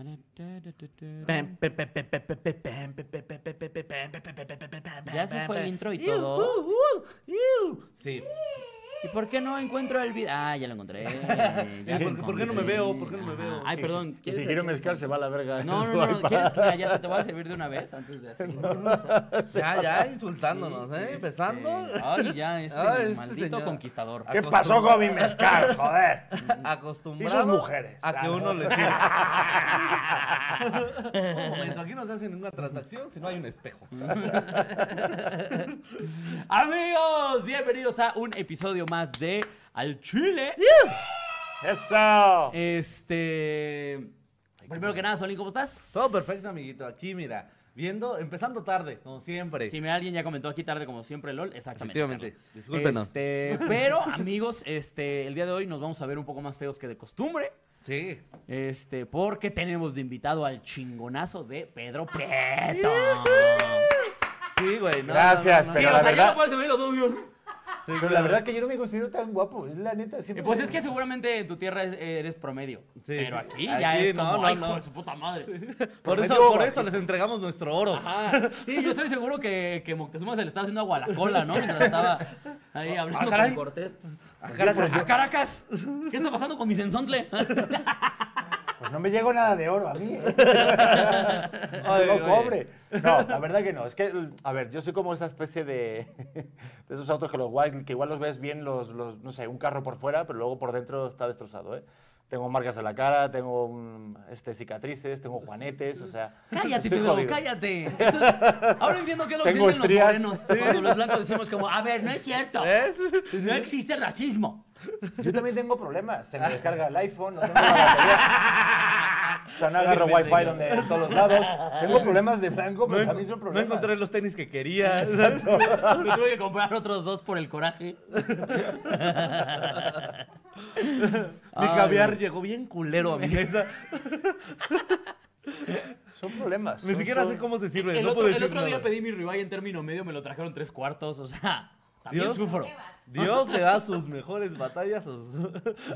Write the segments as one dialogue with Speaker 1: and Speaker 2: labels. Speaker 1: Ya
Speaker 2: Ya
Speaker 1: se fue el intro y
Speaker 2: uh,
Speaker 1: todo.
Speaker 2: Sí.
Speaker 1: ¿Y por qué no encuentro el video? Ah, ya lo encontré. Ya
Speaker 2: ¿Por-
Speaker 1: lo
Speaker 2: por qué no me
Speaker 1: encontré.
Speaker 2: veo? ¿Por qué no me
Speaker 1: Ajá.
Speaker 2: veo?
Speaker 1: Ay, perdón.
Speaker 3: Y
Speaker 1: ¿quieres-
Speaker 3: si quiero mezclar, se va a la verga.
Speaker 1: No,
Speaker 3: su
Speaker 1: no, no.
Speaker 3: iPad.
Speaker 1: ¿quieres- Mira, ya se te voy a servir de una vez antes de así.
Speaker 2: Ya, ya, insultándonos, ¿eh?
Speaker 1: Este,
Speaker 2: Empezando.
Speaker 1: Ay, ya, este,
Speaker 2: Ay, este
Speaker 1: maldito
Speaker 2: señor.
Speaker 1: conquistador.
Speaker 2: Ah,
Speaker 3: ¿Qué pasó con mi mezcal, joder?
Speaker 2: Acostumbrado.
Speaker 3: Y sus mujeres.
Speaker 2: A que uno le sirva. Un momento, aquí no se hace ninguna transacción si no hay un espejo.
Speaker 1: Amigos, bienvenidos a un episodio más de Al Chile.
Speaker 3: ¡Eso!
Speaker 1: Este. Primero que nada, Solín, ¿cómo estás?
Speaker 2: Todo perfecto, amiguito. Aquí, mira, viendo, empezando tarde, como siempre.
Speaker 1: Si me- alguien ya comentó aquí tarde, como siempre, LOL, exactamente.
Speaker 2: Efectivamente.
Speaker 1: Carlos.
Speaker 2: Discúlpenos.
Speaker 1: Este, pero, amigos, este, el día de hoy nos vamos a ver un poco más feos que de costumbre.
Speaker 2: Sí.
Speaker 1: Este, porque tenemos de invitado al chingonazo de Pedro Prieto.
Speaker 2: Sí, güey. no,
Speaker 3: Gracias,
Speaker 1: Sí,
Speaker 2: no, no, no.
Speaker 3: Pero
Speaker 1: o sea,
Speaker 3: la
Speaker 1: ya
Speaker 3: verdad-
Speaker 1: no puedes ver los dos. digo.
Speaker 2: Sí,
Speaker 3: Pero
Speaker 2: güey.
Speaker 3: la verdad que yo no me considero tan guapo, es la neta.
Speaker 1: Eh,
Speaker 3: Siempre
Speaker 1: Pues es que seguramente en tu tierra es- eres promedio. Pero aquí ya
Speaker 2: Aquí
Speaker 1: es como,
Speaker 2: no, no,
Speaker 1: ay, hijo
Speaker 2: no.
Speaker 1: de su puta madre.
Speaker 2: Por eso,
Speaker 3: Promedio,
Speaker 2: por
Speaker 3: güey.
Speaker 2: eso les entregamos nuestro oro.
Speaker 1: Ajá. Sí, yo estoy seguro que, que Moctezuma se le estaba haciendo agua a la cola, ¿no? Mientras estaba ahí hablando
Speaker 2: caray.
Speaker 1: con Cortés.
Speaker 2: Ah, Caracas.
Speaker 1: ¡A Caracas! ¿Qué está pasando con mi sensontle?
Speaker 3: Pues no me llegó nada de oro a mí. ¿eh? Solo
Speaker 2: oye.
Speaker 3: cobre. No, la verdad que no. Es que, a ver, yo soy como esa especie de, de esos autos que, los, guay- que igual los ves bien, los, los- no sé, un carro por fuera, pero luego por dentro está destrozado, ¿eh? Tengo marcas en la cara, tengo mm, este, cicatrices, tengo juanetes, o sea...
Speaker 1: ¡Cállate,
Speaker 3: estoy
Speaker 1: Pedro!
Speaker 3: jodido.
Speaker 1: ¡Cállate! Eso es- Ahora entiendo qué es lo que
Speaker 3: Tengo
Speaker 1: sienten los
Speaker 3: estrías.
Speaker 1: morenos. Cuando los blancos decimos como, a ver, no es cierto.
Speaker 2: ¿Ves?
Speaker 1: No existe racismo.
Speaker 3: Yo también tengo problemas. Se me descarga el iPhone, no tengo la batería. O sea, no agarro wifi donde, en todos los lados. Tengo problemas de blanco,
Speaker 2: No,
Speaker 3: pero
Speaker 2: en-
Speaker 3: también son
Speaker 2: no
Speaker 3: problemas.
Speaker 2: encontré los tenis que querías.
Speaker 1: Me tuve que comprar otros dos por el coraje.
Speaker 2: Mi caviar llegó bien culero a mi mesa.
Speaker 3: Son problemas.
Speaker 2: Ni
Speaker 3: son-
Speaker 2: siquiera
Speaker 3: son-
Speaker 2: sé cómo se sirve.
Speaker 1: el
Speaker 2: no
Speaker 1: otro,
Speaker 2: puedo
Speaker 1: el
Speaker 2: decir
Speaker 1: otro día
Speaker 2: nada.
Speaker 1: pedí mi ribeye en término medio, me lo trajeron tres cuartos, o sea, también
Speaker 2: Dios.
Speaker 1: sufro.
Speaker 2: Dios le da sus mejores batallas a sus,
Speaker 1: Sus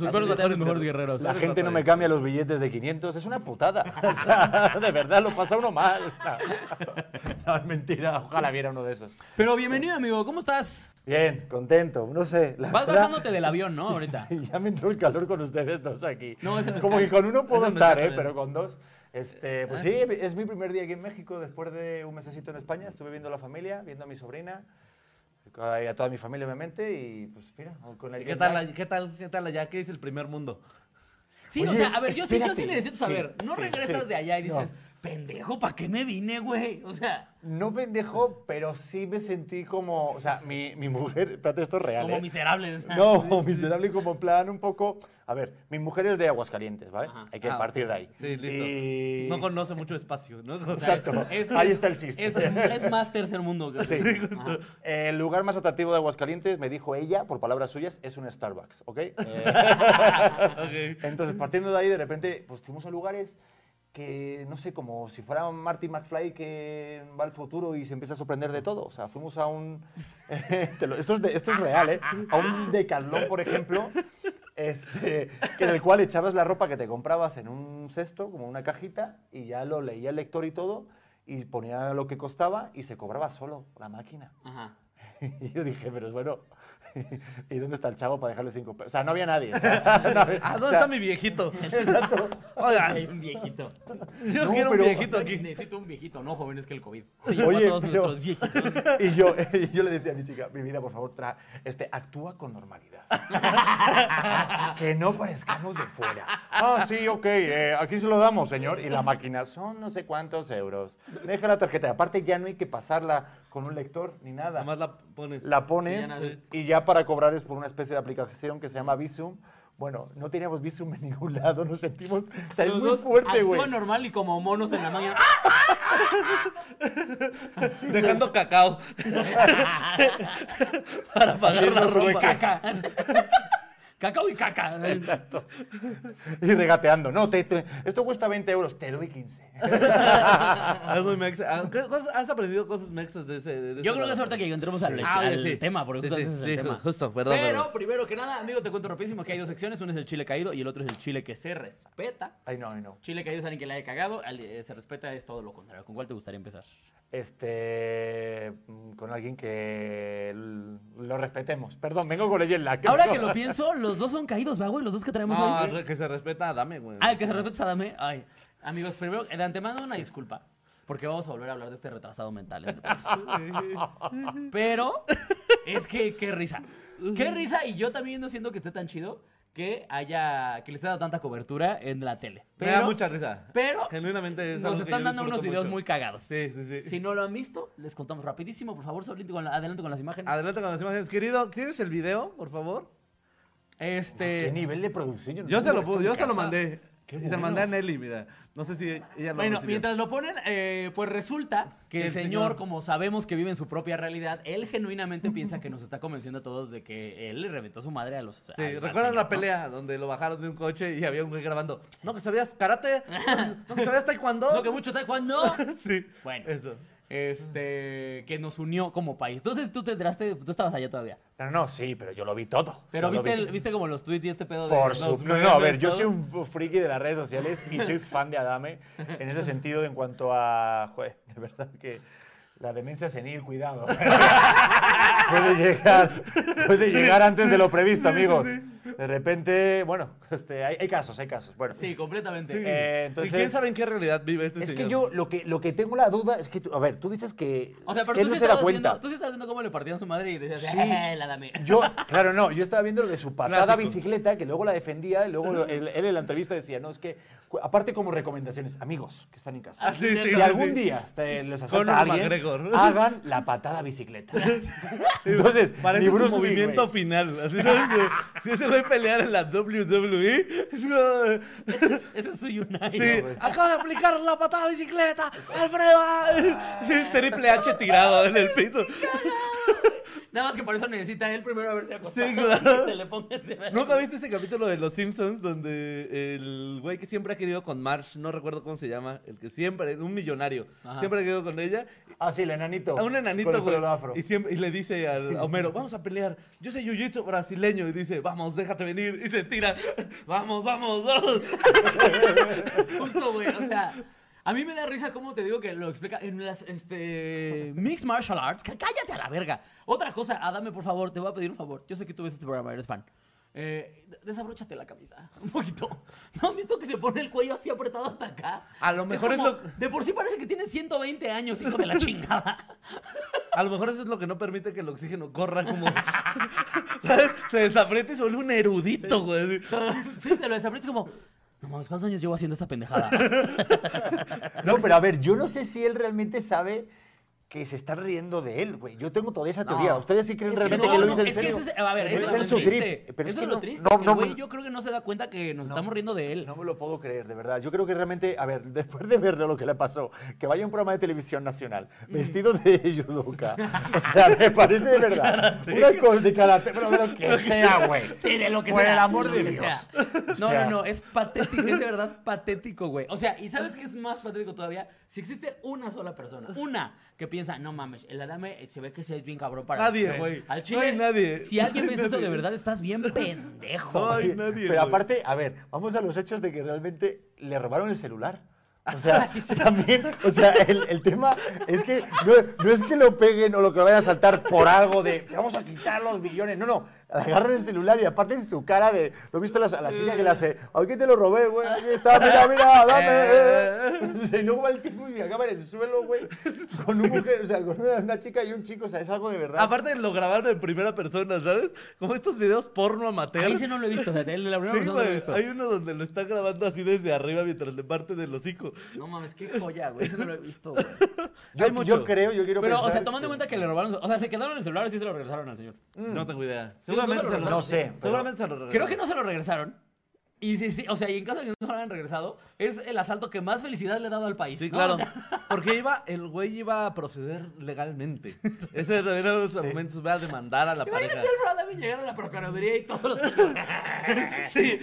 Speaker 1: peores batallas, sus mejores guerreros.
Speaker 3: La gente no me
Speaker 2: cae.
Speaker 3: cambia los billetes de 500, es una putada. O sea, de verdad lo pasa uno mal. No, es mentira, ojalá viera uno de esos.
Speaker 1: Pero bienvenido, amigo, ¿cómo estás?
Speaker 3: Bien, contento, no sé. la
Speaker 1: Vas
Speaker 3: verdad-
Speaker 1: bajándote del avión, ¿no? Ahorita.
Speaker 3: Sí, ya me entró el calor con ustedes dos aquí.
Speaker 1: No, ese no es
Speaker 3: Como que
Speaker 1: calor.
Speaker 3: con uno puedo
Speaker 2: Ese no Eh, es
Speaker 3: estar,
Speaker 2: calor.
Speaker 3: ¿eh? Pero con dos. Este,
Speaker 2: ah.
Speaker 3: pues sí, es mi primer día aquí en México después de un mesecito en España. Estuve viendo a la familia, viendo a mi sobrina, y a toda mi familia obviamente. Y pues mira, con el
Speaker 2: ¿Qué
Speaker 3: jet
Speaker 2: tal,
Speaker 3: lag.
Speaker 2: allá- qué, tal, ¿Qué tal allá? ¿Qué es el primer mundo?
Speaker 1: Sí, o
Speaker 3: Oye,
Speaker 1: sea, a ver, yo sí, yo sí
Speaker 3: espérate.
Speaker 1: necesito saber.
Speaker 3: Sí,
Speaker 1: no
Speaker 3: sí,
Speaker 1: regresas
Speaker 3: sí.
Speaker 1: de allá y
Speaker 3: No.
Speaker 1: dices, pendejo, ¿para qué me vine, güey? O sea,
Speaker 3: No pendejo, pero sí me sentí como. O sea, mi, mi mujer. Espérate, esto es real.
Speaker 1: como
Speaker 3: ¿eh?
Speaker 1: miserable. o sea.
Speaker 3: No, miserable como plan un poco. A ver, mi mujer es de Aguascalientes, ¿vale?
Speaker 1: Ajá.
Speaker 3: Hay que
Speaker 2: Ah,
Speaker 3: partir de ahí.
Speaker 2: Sí, listo.
Speaker 3: Y-
Speaker 2: No conoce mucho espacio, ¿no? O
Speaker 1: O sea,
Speaker 2: sea,
Speaker 3: Exacto. Ahí está el chiste.
Speaker 1: Es, es más tercer mundo. que-
Speaker 3: Sí.
Speaker 1: Ajá.
Speaker 3: El lugar más atractivo de Aguascalientes, me dijo ella, por palabras suyas, es un Starbucks, ¿ok? Eh,
Speaker 2: ok.
Speaker 3: entonces, partiendo de ahí, de repente, pues fuimos a lugares que, no sé, como si fuera un Marty McFly que va al futuro y se empieza a sorprender de todo. O sea, fuimos a un... te lo- esto, es de- esto es real, ¿eh? A un decalón, por ejemplo, este, que en el cual echabas la ropa que te comprabas en un cesto, como una cajita, y ya lo leía el lector y todo, y ponía lo que costaba y se cobraba solo la máquina.
Speaker 1: Ajá.
Speaker 3: Y yo dije, pero bueno, ¿y dónde está el chavo para dejarle cinco pesos? O sea, no había nadie. o sea, no había-
Speaker 2: Ah,
Speaker 3: o
Speaker 2: ¿dónde
Speaker 3: sea,
Speaker 2: está mi viejito?
Speaker 3: Exacto.
Speaker 2: Oiga,
Speaker 1: Hay un viejito.
Speaker 2: yo
Speaker 3: No,
Speaker 2: quiero un
Speaker 3: pero-
Speaker 2: viejito aquí.
Speaker 1: Necesito un viejito, no, joven, es que el COVID. Se llevó
Speaker 3: Oye,
Speaker 1: a todos
Speaker 3: pero-
Speaker 1: nuestros viejitos.
Speaker 3: Y yo, y yo le decía a mi chica, mi vida, por favor, tra- este, actúa con normalidad. que no parezcamos de fuera. Ah, sí, ok, eh, aquí se lo damos, señor. Y la máquina, son no sé cuántos euros. Deja la tarjeta. Aparte, ya no hay que pasarla con un lector ni nada.
Speaker 2: Nada más la pones.
Speaker 3: la pones
Speaker 1: Sí, ya nada.
Speaker 3: y ya para cobrar es por una especie de aplicación que se llama Visum. Bueno, no teníamos Visum en ningún lado, nos sentimos... O sea, es
Speaker 1: Los
Speaker 3: muy
Speaker 1: dos
Speaker 3: fuerte,
Speaker 1: actúan
Speaker 3: güey.
Speaker 1: normal y como monos en la mañana.
Speaker 2: Dejando cacao. Para pagar
Speaker 3: Haciendo
Speaker 2: la ropa.
Speaker 3: trueque.
Speaker 1: ¡Caca! Cacao y caca.
Speaker 3: Y regateando. No, te- te- esto cuesta 20 euros, te doy 15.
Speaker 2: Haz muy mexa. Ah, ¿qué cosas- Has aprendido cosas mexas de ese. de ese
Speaker 1: Yo creo que
Speaker 2: lado?
Speaker 1: es ahorita que entremos al,
Speaker 2: Ah, oye,
Speaker 1: al
Speaker 2: sí.
Speaker 1: tema, porque
Speaker 2: Sí,
Speaker 1: justo
Speaker 2: sí,
Speaker 1: ese es el
Speaker 2: sí,
Speaker 1: tema.
Speaker 2: Justo, perdón.
Speaker 1: Pero
Speaker 2: perdón.
Speaker 1: primero que nada, amigo, te cuento rapidísimo que hay dos secciones. Una es el chile caído y el otro es el chile que se respeta.
Speaker 3: Ay, no, ay, no.
Speaker 1: Chile caído es alguien que le haya cagado, al- eh, se respeta es todo lo contrario. ¿Con cuál te gustaría empezar?
Speaker 3: Este. mm, Con alguien que l- lo respetemos. Perdón, vengo con ella en la
Speaker 1: Ahora que lo pienso, los dos son caídos, va, güey, los dos que traemos
Speaker 2: No,
Speaker 1: hoy.
Speaker 2: re- que se respeta, dame, güey.
Speaker 1: Ah, el que se respeta es Adame. Ay, amigos, primero, de antemano una disculpa. Porque vamos a volver a hablar de este retrasado mental. en el podcast. Pero es que qué risa. Qué risa y yo también no siento que esté tan chido que haya que le esté dando tanta cobertura en la tele.
Speaker 2: Me da mucha risa.
Speaker 1: pero
Speaker 2: Genuinamente es algo
Speaker 1: nos
Speaker 2: que
Speaker 1: están
Speaker 2: yo
Speaker 1: dando unos
Speaker 2: disfruto
Speaker 1: videos
Speaker 2: mucho.
Speaker 1: muy cagados.
Speaker 2: Sí, sí, sí.
Speaker 1: Si no lo han visto, les contamos rapidísimo, por favor, solito con la- adelante con las imágenes.
Speaker 2: Adelante con las imágenes. Querido, ¿tienes el video, por favor?
Speaker 1: Este,
Speaker 2: Ah,
Speaker 3: ¿Qué nivel de producción?
Speaker 2: Yo se lo,
Speaker 3: puedo
Speaker 2: pu- yo se lo mandé.
Speaker 3: Qué
Speaker 2: y se
Speaker 3: bueno.
Speaker 2: lo mandé a Nelly, mira. No sé si ella lo
Speaker 1: Bueno,
Speaker 2: recibió.
Speaker 1: mientras lo ponen, eh, pues resulta que el,
Speaker 2: El
Speaker 1: señor,
Speaker 2: señor.
Speaker 1: como sabemos que vive en su propia realidad, él genuinamente piensa que nos está convenciendo a todos de que él le reventó su madre a los. a-
Speaker 2: Sí,
Speaker 1: al
Speaker 2: ¿recuerdan
Speaker 1: señor,
Speaker 2: la
Speaker 1: Ah, ¿no?
Speaker 2: pelea donde lo bajaron de un coche y había un güey grabando? No, que sabías karate, no, que sabías taekwondo.
Speaker 1: No, que mucho está cuando.
Speaker 2: Sí,
Speaker 1: Bueno.
Speaker 2: eso.
Speaker 1: Este, que nos unió como país. Entonces tú te enteraste, tú estabas allá todavía.
Speaker 3: No, no, sí, pero yo lo vi todo.
Speaker 1: Pero
Speaker 3: Yo lo
Speaker 1: viste,
Speaker 3: vi.
Speaker 1: el- viste como los tweets y este pedo de.
Speaker 3: Por
Speaker 1: los-
Speaker 3: supuesto. No,
Speaker 2: memes,
Speaker 3: no, a ver, yo
Speaker 2: todo.
Speaker 3: soy un friki de las redes sociales y soy fan de Adame en ese sentido en cuanto a, joder, de verdad que la demencia senil, cuidado. puede llegar, puede llegar antes de lo previsto, amigos. De repente, bueno, este, hay, hay casos, hay casos. Bueno,
Speaker 1: Sí, completamente.
Speaker 2: Sí.
Speaker 1: Eh,
Speaker 3: Eh,
Speaker 2: Sí, ¿Quién
Speaker 3: entonces-
Speaker 2: sabe en qué realidad vive este
Speaker 3: es
Speaker 2: señor?
Speaker 3: que yo lo que, lo que tengo la duda es que, tú- a ver, tú dices que
Speaker 1: o sea, pero
Speaker 3: él
Speaker 1: tú
Speaker 3: no
Speaker 1: sí,
Speaker 3: se da
Speaker 1: estabas
Speaker 3: cuenta.
Speaker 1: viendo, tú sí estabas viendo cómo le partían su madre y decías,
Speaker 3: Sí.
Speaker 1: "Eh, la dame".
Speaker 3: Yo, claro, no, yo estaba viendo lo de su patada
Speaker 2: Clásico.
Speaker 3: bicicleta, que luego la defendía, y luego lo- él, él en la entrevista decía, no, es que, cu- aparte como recomendaciones, amigos que están en casa,
Speaker 2: Ah, sí, sí,
Speaker 3: si
Speaker 2: sí,
Speaker 3: algún
Speaker 2: sí.
Speaker 3: día te- les
Speaker 2: Conor
Speaker 3: asalta alguien,
Speaker 2: McGregor.
Speaker 3: hagan la patada bicicleta. Entonces,
Speaker 2: Parece
Speaker 3: ni
Speaker 2: su
Speaker 3: Bruce Lee,
Speaker 2: movimiento
Speaker 3: güey.
Speaker 2: final. Así sabes que si ese güey pelear en la WWE. no,
Speaker 1: Ese es, ese es su United.
Speaker 2: Sí, acaba de aplicar la patada de bicicleta, Alfredo. ah, Sí, triple H tirado en el piso.
Speaker 1: Nada más que por eso necesita él primero haberse acostado.
Speaker 2: Sí, claro.
Speaker 1: y que se le ponga ese-
Speaker 2: ¿Nunca viste ese capítulo de Los Simpsons donde el güey que siempre ha querido con Marsh, no recuerdo cómo se llama, el que siempre, un millonario,
Speaker 1: Ajá.
Speaker 2: siempre ha querido con ella
Speaker 3: Ah, sí, el enanito.
Speaker 2: A un
Speaker 3: con
Speaker 2: enanito,
Speaker 3: el
Speaker 2: güey.
Speaker 3: pelo afro.
Speaker 2: Y, siempre- y le dice al a Homero, vamos a pelear. Yo soy jiu-jitsu brasileño. Y dice, vamos, déjate venir. Y se tira, vamos, vamos, vamos.
Speaker 1: Justo, güey. O sea, a mí me da risa cómo te digo que lo explica en las, este, Mixed Martial Arts. Cá- Cállate a la verga. Otra cosa, Adame, por favor, te voy a pedir un favor. Yo sé que tú ves este programa, eres fan. Eh, de- desabróchate la camisa, un poquito. ¿No han visto que se pone el cuello así apretado hasta acá?
Speaker 2: A lo mejor es
Speaker 1: como-
Speaker 2: lo-
Speaker 1: De por sí parece que tiene 120 años, hijo de la chingada.
Speaker 2: A lo mejor eso es lo que no permite que el oxígeno corra como... ¿Sabes? Se desaprieta y se vuelve un erudito, güey. así.
Speaker 1: sí, se lo desabrieron como... No mames, ¿cuántos años llevo haciendo esta pendejada?
Speaker 3: No, pero a ver, yo no sé si él realmente sabe que se está riendo de él, güey. Yo tengo toda esa teoría. ¿Ustedes sí creen
Speaker 1: Es que
Speaker 3: realmente
Speaker 1: no,
Speaker 3: que lo
Speaker 1: no,
Speaker 3: dice en
Speaker 1: es que
Speaker 3: serio?
Speaker 1: ese es- a ver,
Speaker 3: Pero
Speaker 1: eso es
Speaker 3: está en
Speaker 1: lo
Speaker 3: su
Speaker 1: triste.
Speaker 3: trip, pero
Speaker 1: eso
Speaker 3: que
Speaker 1: es lo
Speaker 3: no-
Speaker 1: triste.
Speaker 3: no-
Speaker 1: que
Speaker 3: no
Speaker 1: el güey,
Speaker 3: me-
Speaker 1: yo creo que no se da cuenta que nos estamos riendo de él.
Speaker 3: No me lo puedo creer, de verdad. Yo creo que realmente, a ver, después de verlo lo que le pasó, que vaya a un programa de televisión nacional vestido de judoka, o sea, me parece de verdad una cosa de karate, pero de lo que sea, güey.
Speaker 1: Sí, de lo que
Speaker 3: Por
Speaker 1: sea.
Speaker 3: el amor
Speaker 1: lo
Speaker 3: de
Speaker 1: que
Speaker 3: Dios.
Speaker 1: sea.
Speaker 3: O
Speaker 1: No,
Speaker 3: sea.
Speaker 1: no, no, es patético, es de verdad patético, güey. O sea, ¿y sabes qué es más patético todavía? Si existe una sola persona, una, que piensa, no mames, el Adame eh, se ve que sí es bien cabrón para...
Speaker 2: Nadie,
Speaker 1: Sí.
Speaker 2: güey.
Speaker 1: Al
Speaker 2: No
Speaker 1: chile,
Speaker 2: hay nadie.
Speaker 1: si alguien
Speaker 2: No hay
Speaker 1: piensa eso, de
Speaker 2: nadie.
Speaker 1: verdad estás bien pendejo.
Speaker 2: No hay
Speaker 1: güey.
Speaker 2: nadie, güey.
Speaker 3: Pero aparte, a ver, vamos a los hechos de que realmente le robaron el celular. O sea,
Speaker 1: Ah, Sí, sí.
Speaker 3: también, o sea, el, el tema es que no, no es que lo peguen o lo que lo vayan a saltar por algo de "Te vamos a quitar los billones, no, no, agarran el celular y aparte en su cara de, ¿lo viste a la, a la chica que le hace? ¿A te lo robé, güey? Aquí está, mira, mira, dame. eh". Se no va el tipo y se acaba en el suelo, güey, con un mujer, o sea, con una, una chica y un chico, o sea, es algo de verdad.
Speaker 2: Aparte lo grabaron en primera persona, ¿sabes? Como estos videos porno amateur.
Speaker 1: Ahí sí no lo he visto, o sea, el de la primera
Speaker 2: Sí,
Speaker 1: persona no lo he
Speaker 2: güey.
Speaker 1: visto.
Speaker 2: Hay uno donde lo está grabando así desde arriba mientras le parte del hocico.
Speaker 1: No mames, qué joya, güey, eso no lo he visto, güey.
Speaker 3: yo,
Speaker 2: hay mucho.
Speaker 3: yo creo, yo quiero
Speaker 1: Pero, o
Speaker 3: pensar
Speaker 1: sea, tomando en cuenta que le robaron... O sea, se quedaron el celular y sí se lo regresaron al señor.
Speaker 2: No tengo idea.
Speaker 1: Sí, Mm. no se lo
Speaker 2: Seguramente se lo
Speaker 1: regresaron.
Speaker 3: No sé, pero-
Speaker 2: Seguramente se lo regresaron.
Speaker 1: Creo que no se lo regresaron. Y sí, sí, o sea, y en caso de que no lo hayan regresado, es el asalto que más felicidad le ha dado al país.
Speaker 2: Sí,
Speaker 1: ¿no?
Speaker 2: claro.
Speaker 1: O sea,
Speaker 2: Porque iba, el güey iba a proceder legalmente. Ese era uno de los argumentos. Voy a demandar a la
Speaker 1: imagínate
Speaker 2: pareja.
Speaker 1: al Brad David llegar a la procuraduría y todos los. sí.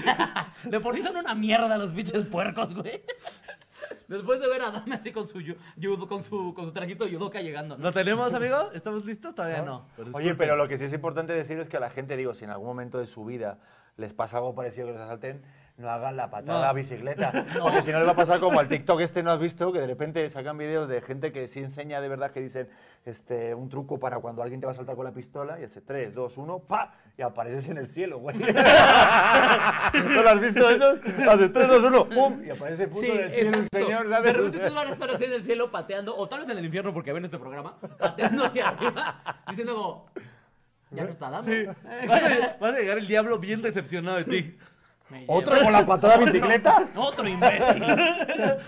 Speaker 1: De por sí son una mierda los bichos puercos, güey. Después de ver a Dame así con su yu- yudo, con su, con su trajito yudoka llegando. ¿no?
Speaker 2: ¿Lo tenemos, amigo? ¿Estamos listos? Todavía no.
Speaker 3: Oye, pero
Speaker 2: disculpen.
Speaker 3: lo que sí es importante decir es que a la gente, digo, si en algún momento de su vida les pasa algo parecido que los asalten, no hagan la patada a la bicicleta. Porque si no les va a pasar como al TikTok este no has visto, que de repente sacan videos de gente que sí enseña de verdad que dicen este, un truco para cuando alguien te va a saltar con la pistola y hace 3, 2, 1, ¡pa! Y apareces en el cielo, güey. ¿No lo has visto eso? Hace 3, 2, 1, ¡pum! Y aparece el puto
Speaker 1: Sí,
Speaker 3: en el cielo, un
Speaker 1: exacto.
Speaker 3: señor,
Speaker 1: De
Speaker 3: ¿sabes?
Speaker 1: repente ustedes van a estar así en el cielo pateando, o tal vez en el infierno porque ven este programa, pateando hacia arriba, diciendo como, ya no está dando.
Speaker 2: Vas a, vas a llegar el diablo bien decepcionado de ti.
Speaker 3: ¿Otro con la patada a
Speaker 1: Otro-
Speaker 3: bicicleta?
Speaker 1: Otro imbécil.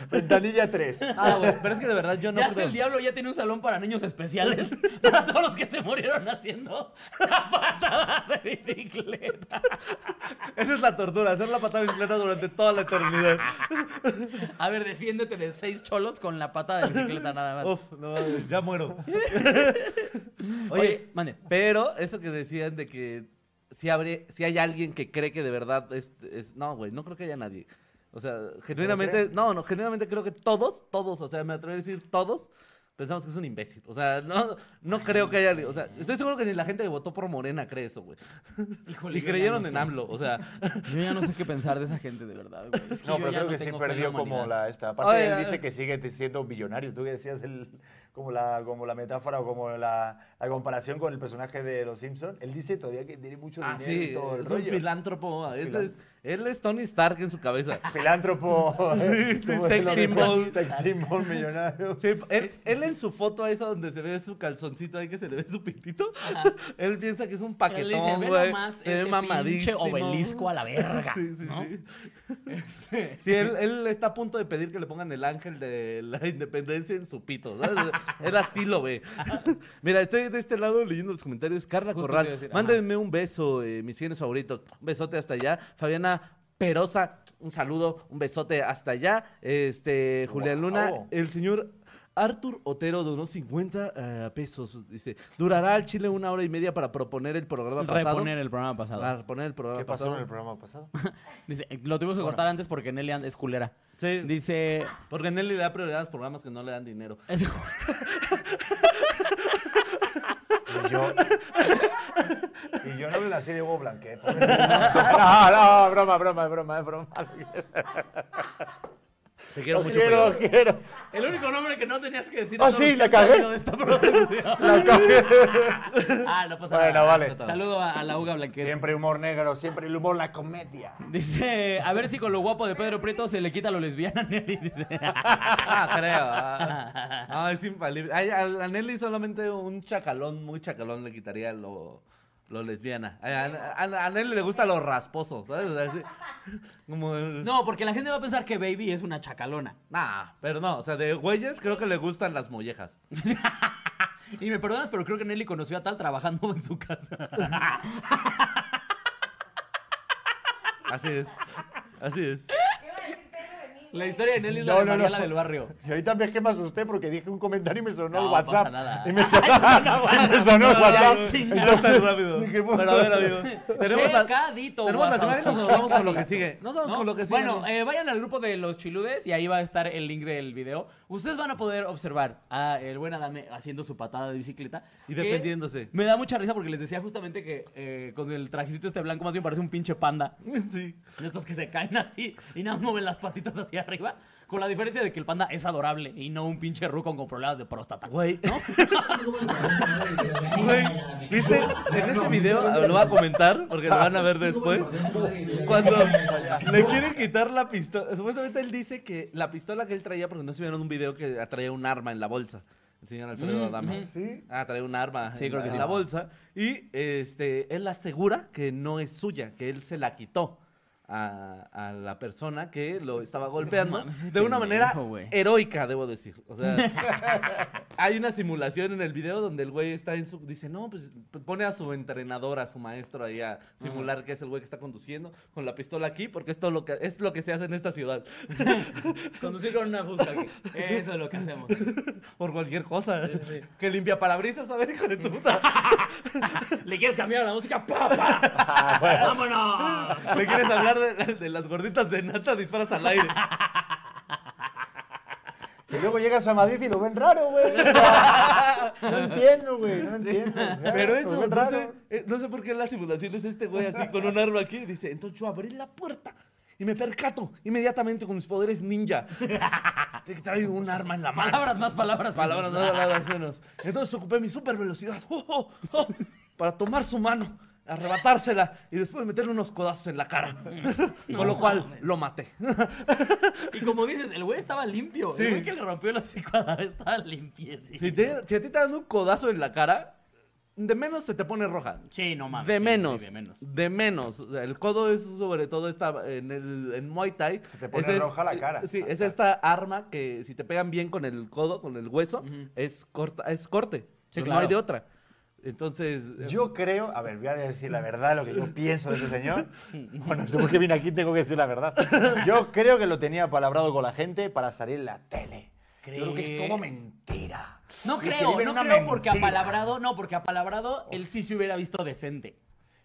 Speaker 3: Ventanilla 3.
Speaker 2: Ah, güey, pero es que de verdad yo no
Speaker 1: ya hasta
Speaker 2: creo.
Speaker 1: el diablo ya tiene un salón para niños especiales para todos los que se murieron haciendo la patada de bicicleta.
Speaker 2: Esa es la tortura, hacer la patada de bicicleta durante toda la eternidad.
Speaker 1: A ver, defiéndete de seis cholos con la patada de bicicleta nada más.
Speaker 2: Uf, no, mames, ya muero. Oye,
Speaker 1: Oye, mande.
Speaker 2: pero eso que decían de que si, abre, si hay alguien que cree que de verdad es... es- no, güey, no creo que haya nadie. O sea, genuinamente...
Speaker 3: creen?
Speaker 2: No, no, genuinamente creo que todos, todos, o sea, me atrevo a decir todos, pensamos que es un imbécil. O sea, no, no creo que haya alguien... O sea, estoy seguro que ni la gente que votó por Morena cree eso, güey.
Speaker 1: Híjole,
Speaker 2: Y
Speaker 1: Pues yo ya
Speaker 2: creyeron
Speaker 1: no
Speaker 2: en
Speaker 1: sé.
Speaker 2: AMLO, o sea...
Speaker 1: Yo ya no sé qué pensar de esa gente, de verdad. güey. Es que
Speaker 3: No,
Speaker 1: yo
Speaker 3: pero
Speaker 1: ya
Speaker 3: creo
Speaker 1: no
Speaker 3: que sí
Speaker 1: tengo fe en
Speaker 3: perdió como
Speaker 1: humanidad.
Speaker 3: la esta. Aparte,
Speaker 2: Ay,
Speaker 3: él
Speaker 2: ay.
Speaker 3: dice que sigue te- siendo millonario. Tú que decías el- como, la, como la metáfora o como la, la comparación con el personaje de Los Simpsons. Él dice todavía que tiene mucho
Speaker 2: Ah,
Speaker 3: dinero
Speaker 2: sí,
Speaker 3: y todo el
Speaker 2: es un
Speaker 3: rollo.
Speaker 2: filántropo.
Speaker 3: Es
Speaker 2: ese es- él es Tony Stark en su cabeza.
Speaker 3: Filántropo.
Speaker 2: Sí, sí,
Speaker 3: Como
Speaker 2: sex
Speaker 3: es lo que-
Speaker 2: symbol.
Speaker 3: Sex symbol millonario.
Speaker 2: Sí, él, él en su foto esa donde se ve su calzoncito ahí que se le ve su pintito, él piensa que es un
Speaker 1: Él dice,
Speaker 2: paquetón,
Speaker 1: ve
Speaker 2: güey.
Speaker 1: nomás
Speaker 2: Se ve
Speaker 1: ese pinche
Speaker 2: mamadísimo.
Speaker 1: obelisco a la verga,
Speaker 2: Sí, sí,
Speaker 1: ¿no?
Speaker 2: sí.
Speaker 1: Este,
Speaker 2: Sí, él, él está a punto de pedir que le pongan el ángel de la independencia en su pito, ¿sabes? Él así lo ve. Mira, estoy de este lado leyendo los comentarios. Carla
Speaker 1: Justo te iba a
Speaker 2: Corral,
Speaker 1: decir, ajá.
Speaker 2: mándenme un beso, eh, mis cienes favoritos. Un besote hasta allá. Fabiana Perosa, un saludo, un besote hasta allá. Este, Julián
Speaker 3: Wow.
Speaker 2: Luna, el señor... Arthur Otero donó 50 eh, pesos, dice, durará al Chile una hora y media para proponer el programa pasado.
Speaker 1: reponer el programa pasado.
Speaker 2: Para reponer el programa
Speaker 3: ¿Qué pasó
Speaker 2: pasado.
Speaker 3: en el programa pasado?
Speaker 1: Dice, eh, lo tuvimos que cortar antes porque Nelly and- es culera.
Speaker 2: Sí.
Speaker 1: Dice.
Speaker 2: Porque Nelly le da prioridad a los programas que no le dan dinero.
Speaker 1: es-
Speaker 3: Y yo. Y yo no veo la serie ¿eh? Hugo Blanquet. No, no, broma, broma, broma, es broma.
Speaker 2: Te quiero
Speaker 3: Lo
Speaker 2: mucho.
Speaker 3: quiero,
Speaker 2: pero-
Speaker 3: lo quiero.
Speaker 1: el único nombre que no tenías que decir.
Speaker 3: Ah,
Speaker 1: a todos
Speaker 3: sí,
Speaker 1: los
Speaker 3: la
Speaker 1: que han
Speaker 3: cagué.
Speaker 1: salido de esta producción.
Speaker 3: La cogí.
Speaker 1: Ah, no pasa
Speaker 3: Bueno,
Speaker 1: nada.
Speaker 3: vale.
Speaker 1: Saludo a, a la Uga Blanquer.
Speaker 3: Siempre humor negro, siempre el humor, la comedia.
Speaker 1: Dice, a ver si con lo guapo de Pedro Prieto se le quita lo lesbiana a Nelly. Dice,
Speaker 2: Ah, creo. ah. No, es infalible. Ay, a la Nelly solamente un chacalón, muy chacalón, le quitaría lo, lo lesbiana. Ay, A, a- a Nelly le gusta lo rasposo, ¿sabes? O sea, así, como el-
Speaker 1: no, porque la gente va a pensar que Baby es una chacalona.
Speaker 2: Nah, pero no, o sea, de güeyes creo que le gustan las mollejas.
Speaker 1: Y me perdonas, pero creo que Nelly conoció a tal trabajando en su casa.
Speaker 2: Así es. Así es.
Speaker 1: La historia de Nelly es la
Speaker 3: No,
Speaker 1: de
Speaker 3: no, no.
Speaker 1: Mariela del barrio.
Speaker 3: Y ahorita me es que me asusté porque dije un comentario y me sonó
Speaker 1: No,
Speaker 3: el WhatsApp.
Speaker 1: pasa nada.
Speaker 3: Y me sonó, y me sonó el
Speaker 2: No,
Speaker 3: WhatsApp.
Speaker 2: no,
Speaker 3: Entonces,
Speaker 2: no tan rápido.
Speaker 3: dije,
Speaker 2: Pero a ver, amigos. Tenemos la,
Speaker 1: Checadito,
Speaker 2: tenemos las
Speaker 1: guasas,
Speaker 2: imágenes, nos
Speaker 1: checadito.
Speaker 2: vamos con lo que sigue. Nos vamos
Speaker 1: ¿No?
Speaker 2: con lo que sigue.
Speaker 1: Bueno, eh, vayan al grupo de los chiludes y ahí va a estar el link del video. Ustedes van a poder observar a el buen Adame haciendo su patada de bicicleta.
Speaker 2: Y
Speaker 1: que
Speaker 2: defendiéndose.
Speaker 1: Me da mucha risa porque les decía justamente que eh, con el trajecito este blanco más bien parece un pinche panda.
Speaker 2: Sí.
Speaker 1: De Estos que se caen así y nada más mueven las patitas hacia arriba. Con la diferencia de que el panda es adorable y no un pinche ruco con problemas de próstata.
Speaker 2: Güey, Güey, ¿viste? En este video lo voy a comentar porque lo van a ver después. Cuando le quieren quitar la pistola. Supuestamente él dice que la pistola que él traía, porque no se vieron un video que traía un arma en la bolsa. El señor Alfredo Adame.
Speaker 3: sí.
Speaker 2: Ah, traía un arma
Speaker 1: Sí,
Speaker 2: en,
Speaker 1: creo
Speaker 2: la-
Speaker 1: que
Speaker 2: en
Speaker 1: sí.
Speaker 2: la bolsa. Y este, él asegura que no es suya, que él se la quitó. a, a la persona que lo estaba golpeando
Speaker 1: mames, ese
Speaker 2: de una manera
Speaker 1: pendejo, güey.
Speaker 2: heroica, debo decir. O sea, hay una simulación en el video donde el güey está en su. Dice, no, pues pone a su entrenador, a su maestro ahí a simular que es el güey que está conduciendo con la pistola aquí, porque esto lo que, es lo que se hace en esta ciudad.
Speaker 1: Conducir con una fusca aquí. Eso es lo que hacemos.
Speaker 2: Por cualquier cosa.
Speaker 1: Sí, sí, sí.
Speaker 2: Que limpia parabrisas, a ver, hijo de tu puta.
Speaker 1: ¿Le quieres cambiar la música? ¡Papa! ¡Vámonos!
Speaker 2: ¿Le quieres hablar de, de las gorditas de nata? Disparas al aire.
Speaker 3: Y luego llegas a Madrid y lo ven raro, güey. No entiendo, güey. No entiendo.
Speaker 2: Pero
Speaker 3: Lo
Speaker 2: eso,
Speaker 3: ven
Speaker 2: no sé,
Speaker 3: raro.
Speaker 2: eh, no sé por qué las simulaciones este güey así con un arma aquí. Dice, entonces yo abrí la puerta y me percato inmediatamente con mis poderes ninja. Te traigo un arma en la mano.
Speaker 1: Palabras más, palabras
Speaker 2: Palabras, no
Speaker 1: menos.
Speaker 2: palabras menos. Entonces ocupé mi super velocidad oh,
Speaker 1: Oh,
Speaker 2: para tomar su mano, arrebatársela y después meterle unos codazos en la cara. con lo cual lo maté.
Speaker 1: Y como dices, el güey estaba limpio.
Speaker 2: Sí.
Speaker 1: El güey que le rompió el hocico a Dave estaba limpiecito.
Speaker 2: Si, te- si a ti te dan un codazo en la cara, de menos se te pone roja.
Speaker 1: Sí, no mames.
Speaker 2: de,
Speaker 1: sí, sí,
Speaker 2: menos,
Speaker 1: de menos.
Speaker 2: de menos. O sea, El codo es sobre todo esta en el en Muay Thai. Se
Speaker 3: te pone roja la cara.
Speaker 2: Sí, es esta arma que si te pegan bien con el codo, con el hueso, es corta, es corte.
Speaker 1: Sí,
Speaker 2: Pues
Speaker 1: claro.
Speaker 2: No hay de otra. Entonces, eh,
Speaker 3: Yo creo, a ver, voy a decir la verdad, lo que yo pienso de ese señor. Bueno, no sé por qué vine aquí, tengo que decir la verdad. Yo creo que lo tenía palabrado con la gente para salir en la tele. Yo creo que es todo
Speaker 1: ¿Crees?
Speaker 3: mentira.
Speaker 1: No
Speaker 3: Le
Speaker 1: creo,
Speaker 3: escriben
Speaker 1: no
Speaker 3: una
Speaker 1: creo porque
Speaker 3: mentira.
Speaker 1: apalabrado, no, porque apalabrado él sí se hubiera visto decente.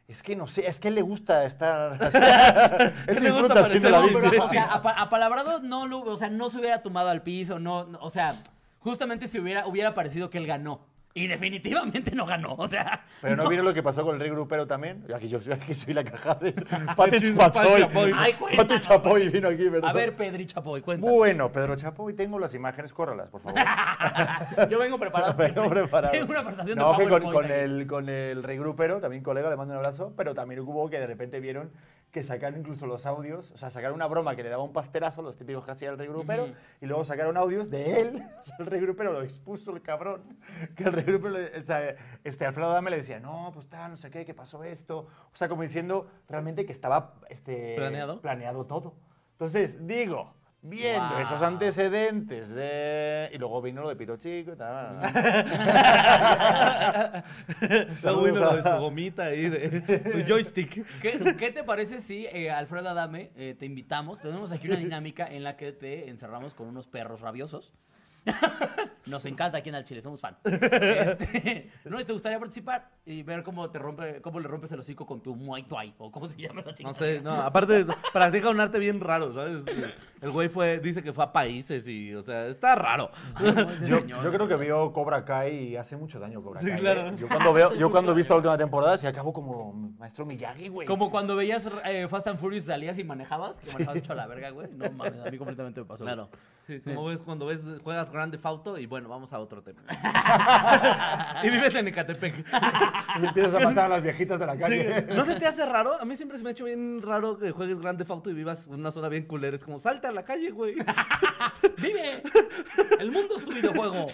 Speaker 3: Es que no sé, es que él le gusta estar. él
Speaker 2: le gusta
Speaker 3: disfruta haciendo la
Speaker 2: parecer
Speaker 1: Pero,
Speaker 2: hombre,
Speaker 3: víctima.
Speaker 1: o sea, ah, apa- apalabrado no lo, o sea, no se hubiera tumbado al piso, no, no, o sea, justamente si hubiera, hubiera parecido que él ganó. Y definitivamente no ganó, o sea.
Speaker 3: Pero no, vieron lo que pasó con el rey grupero también. Yo Aquí yo soy- aquí soy la caja de Pati
Speaker 2: Chispa,
Speaker 3: Chapoy.
Speaker 2: Chapoy.
Speaker 1: Ay,
Speaker 3: Pati
Speaker 1: cuéntanos,
Speaker 3: Chapoy vino aquí, ¿verdad?
Speaker 1: A ver, Pedri Chapoy, cuéntame.
Speaker 3: Bueno, Pedro Chapoy, tengo las imágenes, córralas, por favor.
Speaker 1: Yo vengo preparado.
Speaker 3: Pero
Speaker 1: siempre.
Speaker 3: preparado.
Speaker 1: Tengo una presentación
Speaker 3: No,
Speaker 1: de
Speaker 3: que con,
Speaker 1: PowerPoint.
Speaker 3: con
Speaker 1: aquí.
Speaker 3: el, con el Rey Grupero, también colega, le mando un abrazo, pero también hubo que de repente vieron que sacaron incluso los audios, o sea, sacaron una broma que le daba un pastelazo, los típicos que hacía el Rey Grupero, y luego sacaron audios de él, o sea, el Rey Grupero lo expuso el cabrón, que el Rey Grupero, le- o sea, este, Alfredo Dame le decía, no, pues tal, no sé qué, qué pasó esto, o sea, como diciendo realmente que estaba este,
Speaker 2: ¿Planeado?
Speaker 3: planeado todo. Entonces, digo... Viendo
Speaker 1: Guau.
Speaker 3: esos antecedentes de... Y luego vino lo de Pito Chico,
Speaker 2: Mm.
Speaker 3: tal, tal, tal.
Speaker 2: está bueno lo de su gomita y de su joystick.
Speaker 1: ¿Qué, qué te parece si, eh, Alfredo Adame, eh, te invitamos? Tenemos aquí una dinámica en la que te encerramos con unos perros rabiosos. Nos encanta aquí en el Chile, somos fans. Este, ¿No te gustaría participar y ver cómo te rompe, cómo le rompes el hocico con tu Muay Thai o cómo se llama esa chica?
Speaker 2: No sé, no, aparte practica un arte bien raro, ¿sabes? El güey fue, dice que fue a países y, o sea, está raro.
Speaker 3: Yo, yo creo que vio Cobra Kai y hace mucho daño Cobra
Speaker 2: Sí,
Speaker 3: Kai. ¿eh?
Speaker 2: claro.
Speaker 3: Yo cuando veo, yo cuando he visto la última temporada, se acabo como maestro Miyagi, güey.
Speaker 1: Como cuando veías eh, Fast and Furious salías y manejabas, que manejabas hecho a la verga, güey. No mames, a mí completamente me pasó. güey.
Speaker 2: Claro. Sí, como ves cuando ves juegas Grande Fauto y bueno, vamos a otro tema. y vives en Ecatepec.
Speaker 3: Y empiezas a matar a las viejitas de la
Speaker 2: Sí,
Speaker 3: calle.
Speaker 2: ¿No se te hace raro? A mí siempre se me ha hecho bien raro que juegues Grande Fauto y vivas en una zona bien culera. Es como, salta a la calle, güey.
Speaker 1: ¡Vive! El mundo es tu videojuego.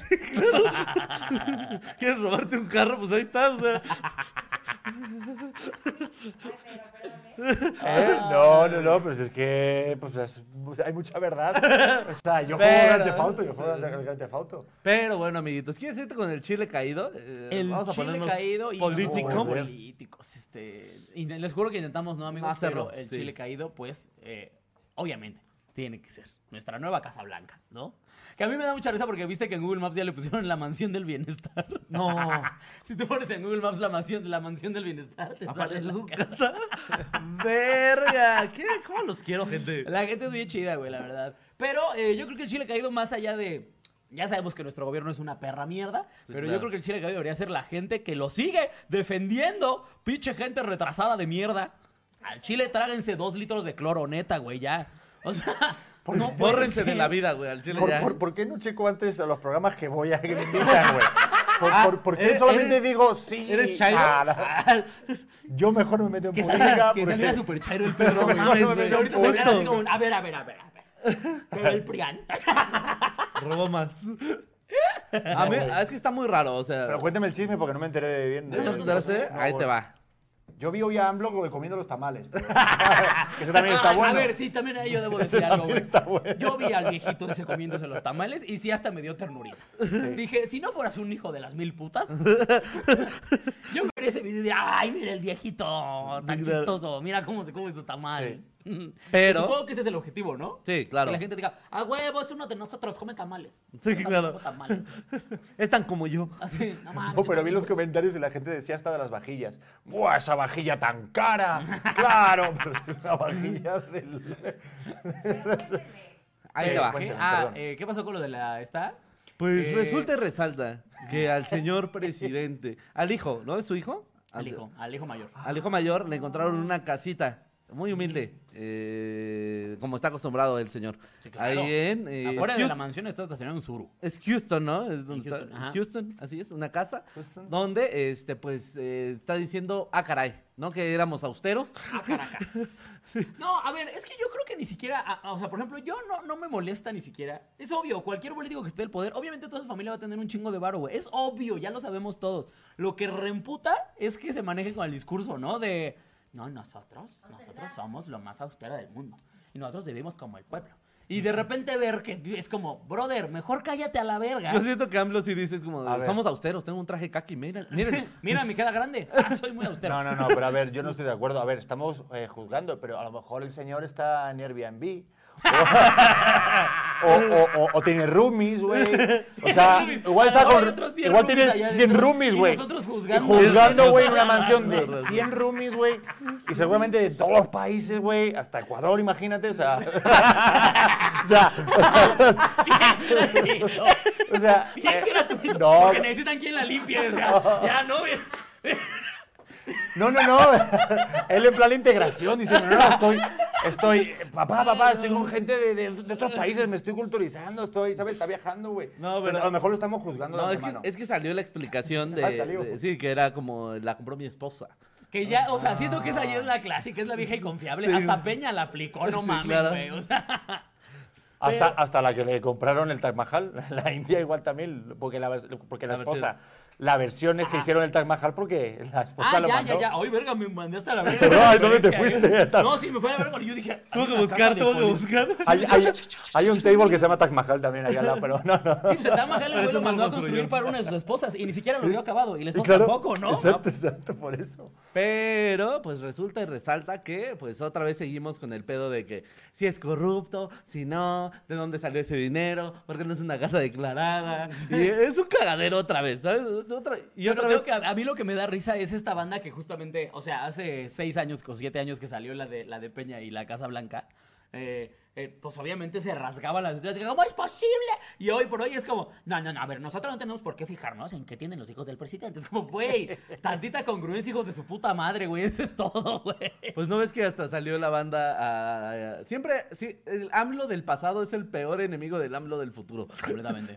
Speaker 2: ¿Quieres robarte un carro? Pues ahí está, o sea.
Speaker 3: ¿Eh?
Speaker 2: Ah.
Speaker 3: No, no, no, pues es que pues es- pues hay mucha verdad. O sea, yo juego
Speaker 2: Pero-
Speaker 3: Grand Theft Auto, yo juego Grand Grand Theft Auto.
Speaker 2: Pero bueno, amiguitos, ¿quieres irte con el chile caído? Eh,
Speaker 1: El chile
Speaker 2: ponernos
Speaker 1: caído y
Speaker 2: político.
Speaker 1: No, políticos, este, y les juro que intentamos no amigos,
Speaker 2: Hacerlo,
Speaker 1: pero el
Speaker 2: sí.
Speaker 1: chile caído, pues, eh, obviamente, tiene que ser nuestra nueva Casa Blanca, ¿no? Que a mí me da mucha risa porque viste que en Google Maps ya le pusieron la mansión del bienestar.
Speaker 2: No.
Speaker 1: si te pones en Google Maps la mansión, la mansión del bienestar, te sale
Speaker 2: ¿Aparece
Speaker 1: la
Speaker 2: su
Speaker 1: casa.
Speaker 2: casa? Verga. ¿Qué? ¿Cómo los quiero, gente?
Speaker 1: La gente es bien chida, güey, la verdad. Pero eh, yo creo que el chile caído, más allá de. Ya sabemos que nuestro gobierno es una perra mierda, pero yo
Speaker 2: claro.
Speaker 1: creo que el chile caído debería ser la gente que lo sigue defendiendo. Pinche gente retrasada de mierda. Al chile tráguense dos litros de cloro, neta, güey, ya. O sea, no pues, puede
Speaker 2: Bórrense de
Speaker 1: ser.
Speaker 2: la vida, güey, al chile
Speaker 3: ¿Por,
Speaker 2: ya.
Speaker 3: por, por qué no checo antes a los programas que voy a que me invitan, güey? ¿Por, por- por qué
Speaker 2: Ah, ¿eres-
Speaker 3: solamente
Speaker 2: eres-
Speaker 3: digo sí?
Speaker 2: ¿Eres Ah. Chairo?
Speaker 3: a la- yo mejor me meto en
Speaker 1: Que
Speaker 3: política.
Speaker 1: saliera, que
Speaker 3: porque-
Speaker 1: saliera super chairo el perro, güey.
Speaker 2: No
Speaker 1: Mames,
Speaker 2: mames,
Speaker 1: güey.
Speaker 2: güey,
Speaker 1: Ahorita se
Speaker 2: justo.
Speaker 1: saliera así como, un, a ver, a ver, a ver, a ver. Pero el Prian.
Speaker 2: Robó más. A mí- es que está muy raro, o sea.
Speaker 3: Pero cuéntame el chisme porque no me enteré bien.
Speaker 2: ¿No te enteraste? Ahí te va.
Speaker 3: Yo vi hoy a Amblock comiendo los tamales. pero- que eso también está
Speaker 1: Ay,
Speaker 3: bueno.
Speaker 1: A ver, sí, también a ello debo decir algo, güey. Yo vi al viejito ese comiéndose los tamales y sí hasta me dio ternurita. Dije, si no fueras un hijo de las mil putas, yo vería ese video y diría, ay, mira el viejito, tan
Speaker 2: Claro.
Speaker 1: chistoso, mira cómo se come su tamal.
Speaker 2: Pero-
Speaker 1: Supongo que ese es el objetivo, ¿no?
Speaker 2: Sí, claro.
Speaker 1: Que la gente diga, ah, huevo, es uno de nosotros, come tamales.
Speaker 2: Sí,
Speaker 1: Yo también
Speaker 2: claro.
Speaker 1: como tamales.
Speaker 2: Es tan como yo.
Speaker 1: Así, no mames.
Speaker 3: No, Oh, pero vi los comentarios y la gente decía hasta de las vajillas. ¡Buah, esa vajilla tan cara! ¡Claro! Pues, la vajilla del...
Speaker 2: Ahí
Speaker 1: Eh,
Speaker 2: te va.
Speaker 1: ¿Qué?
Speaker 3: Cuéntame,
Speaker 1: Ah,
Speaker 3: perdón.
Speaker 1: eh, ¿qué pasó con lo de la esta?
Speaker 2: Pues
Speaker 1: Eh,
Speaker 2: resulta y resalta que al señor presidente, al hijo, ¿no? ¿Es su hijo?
Speaker 1: Al hijo, al hijo mayor.
Speaker 2: Al hijo mayor le encontraron una casita muy humilde, eh, como está acostumbrado el señor.
Speaker 1: Sí, claro.
Speaker 2: Ahí en... eh,
Speaker 1: Afuera de
Speaker 2: Houston-
Speaker 1: la mansión está estacionado un suru.
Speaker 2: Es Houston, ¿no? Es donde
Speaker 1: Houston,
Speaker 2: está-
Speaker 1: ajá.
Speaker 2: Houston, así es, una casa
Speaker 3: Houston.
Speaker 2: donde, este, pues, eh, está diciendo, ah, caray, ¿no? Que éramos austeros.
Speaker 1: a Caracas. No, a ver, es que yo creo que ni siquiera, a- a- o sea, por ejemplo, yo no, no me molesta ni siquiera. Es obvio, cualquier político que esté del poder, obviamente toda su familia va a tener un chingo de varo, güey. Es obvio, ya lo sabemos todos. Lo que reemputa es que se maneje con el discurso, ¿no? De, no, nosotros, nosotros somos lo más austero del mundo. Y nosotros vivimos como el pueblo. Y de repente ver que es como, brother, mejor cállate a la verga.
Speaker 2: Yo siento que AMLO sí dices como,
Speaker 3: A ver.
Speaker 2: somos austeros, tengo un traje kaki, mira, miren.
Speaker 1: Mira, mi queda grande. Ah, soy muy austero.
Speaker 3: No, no, no, pero a ver, yo no estoy de acuerdo. A ver, estamos eh, juzgando, pero a lo mejor el señor está en Airbnb. O, o- o- o tiene roomies, güey. O sea,
Speaker 1: Roomies.
Speaker 3: igual
Speaker 1: A lo
Speaker 3: está
Speaker 1: mejor
Speaker 3: con-
Speaker 1: hay otros cien
Speaker 3: Igual
Speaker 1: roomies allá
Speaker 3: tiene 100
Speaker 1: adentro.
Speaker 3: roomies,
Speaker 1: Y
Speaker 3: güey.
Speaker 1: nosotros juzgando.
Speaker 3: Juzgando, güey, en una
Speaker 1: Nosotros
Speaker 3: mansión de
Speaker 2: juzgando.
Speaker 3: 100 roomies, güey. Y seguramente de todos los países, güey. Hasta Ecuador, imagínate. O sea, o sea, o sea,
Speaker 1: Bien
Speaker 3: eh,
Speaker 1: gratuito,
Speaker 3: no.
Speaker 1: Porque necesitan quien la limpie. O sea, ya no. güey.
Speaker 3: No, no, no. Él en plan integración diciendo, no, no, estoy, estoy, papá, papá, estoy con gente de, de- de otros países, me estoy culturizando, estoy, ¿sabes? Está viajando, güey.
Speaker 2: No,
Speaker 3: Entonces,
Speaker 2: pero-
Speaker 3: a lo mejor lo estamos juzgando.
Speaker 2: No,
Speaker 3: de
Speaker 2: es que,
Speaker 3: antemano.
Speaker 2: es que salió la explicación
Speaker 3: Ah,
Speaker 2: de,
Speaker 3: salió.
Speaker 2: de- Sí, que era como, la compró mi esposa.
Speaker 1: Que ya, o sea, siento que esa ya es la clásica, es la vieja y confiable. Hasta Peña la aplicó, no
Speaker 2: Sí,
Speaker 1: mames,
Speaker 2: claro.
Speaker 1: güey. O sea,
Speaker 3: hasta,
Speaker 1: pero-
Speaker 3: hasta la que le compraron el Taj Mahal, la India igual también, porque la, vers- porque la,
Speaker 2: La
Speaker 3: esposa, la versión es que hicieron el Taj Mahal porque la esposa
Speaker 1: ah,
Speaker 3: lo
Speaker 1: ya,
Speaker 3: mandó.
Speaker 1: ya, ya. Hoy, verga, me mandé hasta la verga.
Speaker 3: Pero, ay, ¿dónde te
Speaker 1: Referencia,
Speaker 3: fuiste?
Speaker 1: güey. No, sí, me fue a la verga. Yo dije.
Speaker 2: Tuve
Speaker 1: "Hay
Speaker 2: que
Speaker 1: una casa
Speaker 2: buscar,
Speaker 1: de
Speaker 2: tuve que
Speaker 1: polis".
Speaker 2: buscar.
Speaker 3: Hay, hay- hay un table que se llama Taj Mahal también allá al lado, pero no, no.
Speaker 1: Sí, pues el Taj Mahal el
Speaker 2: Pero
Speaker 1: güey lo
Speaker 2: eso no lo
Speaker 1: mandó a construir
Speaker 2: construyó.
Speaker 1: para una de sus esposas y ni siquiera lo vio acabado. Y la
Speaker 3: Sí,
Speaker 1: esposa
Speaker 3: claro.
Speaker 1: pues, tampoco, ¿no?
Speaker 3: Exacto, exacto, por eso.
Speaker 2: Pero, pues resulta y resalta que, pues otra vez seguimos con el pedo de que si es corrupto, si no, de dónde salió ese dinero, porque no es una casa declarada. Y es un cagadero otra vez, ¿sabes? Es otra- y
Speaker 1: Pero
Speaker 2: otra
Speaker 1: creo
Speaker 2: vez.
Speaker 1: que a, a mí lo que me da risa es esta banda que justamente, o sea, hace seis años o siete años que salió la de, la de Peña y la Casa Blanca, eh, eh, pues obviamente se rasgaba las vestiduras, ¿cómo es posible? Y hoy por hoy es como, no, no, no, a ver, nosotros no tenemos por qué fijarnos en qué tienen los hijos del presidente. Es como, güey, tantita congruencia, hijos de su puta madre, güey, eso es todo, güey.
Speaker 2: Pues no ves que hasta salió la banda a- a- Siempre, sí, el AMLO del pasado es el peor enemigo del AMLO del futuro.
Speaker 1: Completamente.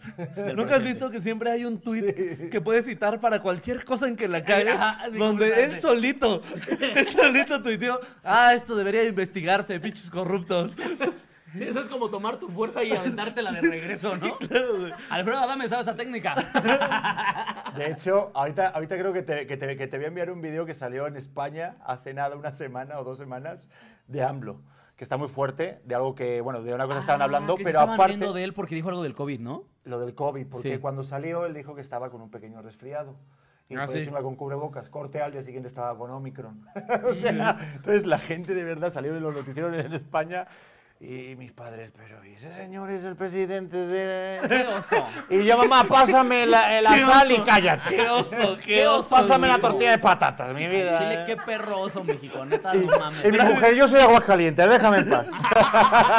Speaker 2: ¿Nunca has visto que siempre hay un tuit que puedes citar para cualquier cosa en que la cague?
Speaker 1: Ajá, sí,
Speaker 2: donde
Speaker 1: completamente.
Speaker 2: él solito, él solito tuiteó, ah, esto debería investigarse, pinches corruptos.
Speaker 1: Sí, eso es como tomar tu fuerza y aventártela de regreso, ¿no? Alfredo Adame sabe esa técnica.
Speaker 3: De hecho, ahorita, ahorita creo que te, que, te, que te voy a enviar un video que salió en España hace nada, una semana o dos semanas, de AMLO, que está muy fuerte, de algo que, bueno, de una cosa estaban
Speaker 1: Ah,
Speaker 3: hablando,
Speaker 1: que se
Speaker 3: pero
Speaker 1: estaban
Speaker 3: aparte
Speaker 1: riendo de él porque dijo algo del COVID, ¿no?
Speaker 3: lo del COVID, porque
Speaker 1: Sí.
Speaker 3: cuando salió él dijo que estaba con un pequeño resfriado. Y
Speaker 2: Ah,
Speaker 3: por eso
Speaker 2: sí.
Speaker 3: iba con cubrebocas, corte al día siguiente estaba con Omicron. o sea, entonces la gente de verdad salió en los noticieros en España y mis padres, pero ¿y ese señor es el presidente de...?
Speaker 1: ¡Qué oso!
Speaker 3: Y yo, mamá, pásame la, el azal y cállate.
Speaker 2: ¡Qué oso,
Speaker 1: Qué
Speaker 2: qué oso!
Speaker 1: oso,
Speaker 3: Pásame la
Speaker 1: güey.
Speaker 3: tortilla de patatas, mi vida.
Speaker 1: Chile,
Speaker 3: eh.
Speaker 1: qué perroso, México. Neta, no
Speaker 3: Y mi
Speaker 1: mames.
Speaker 3: mujer, yo soy de Aguascalientes, déjame en paz.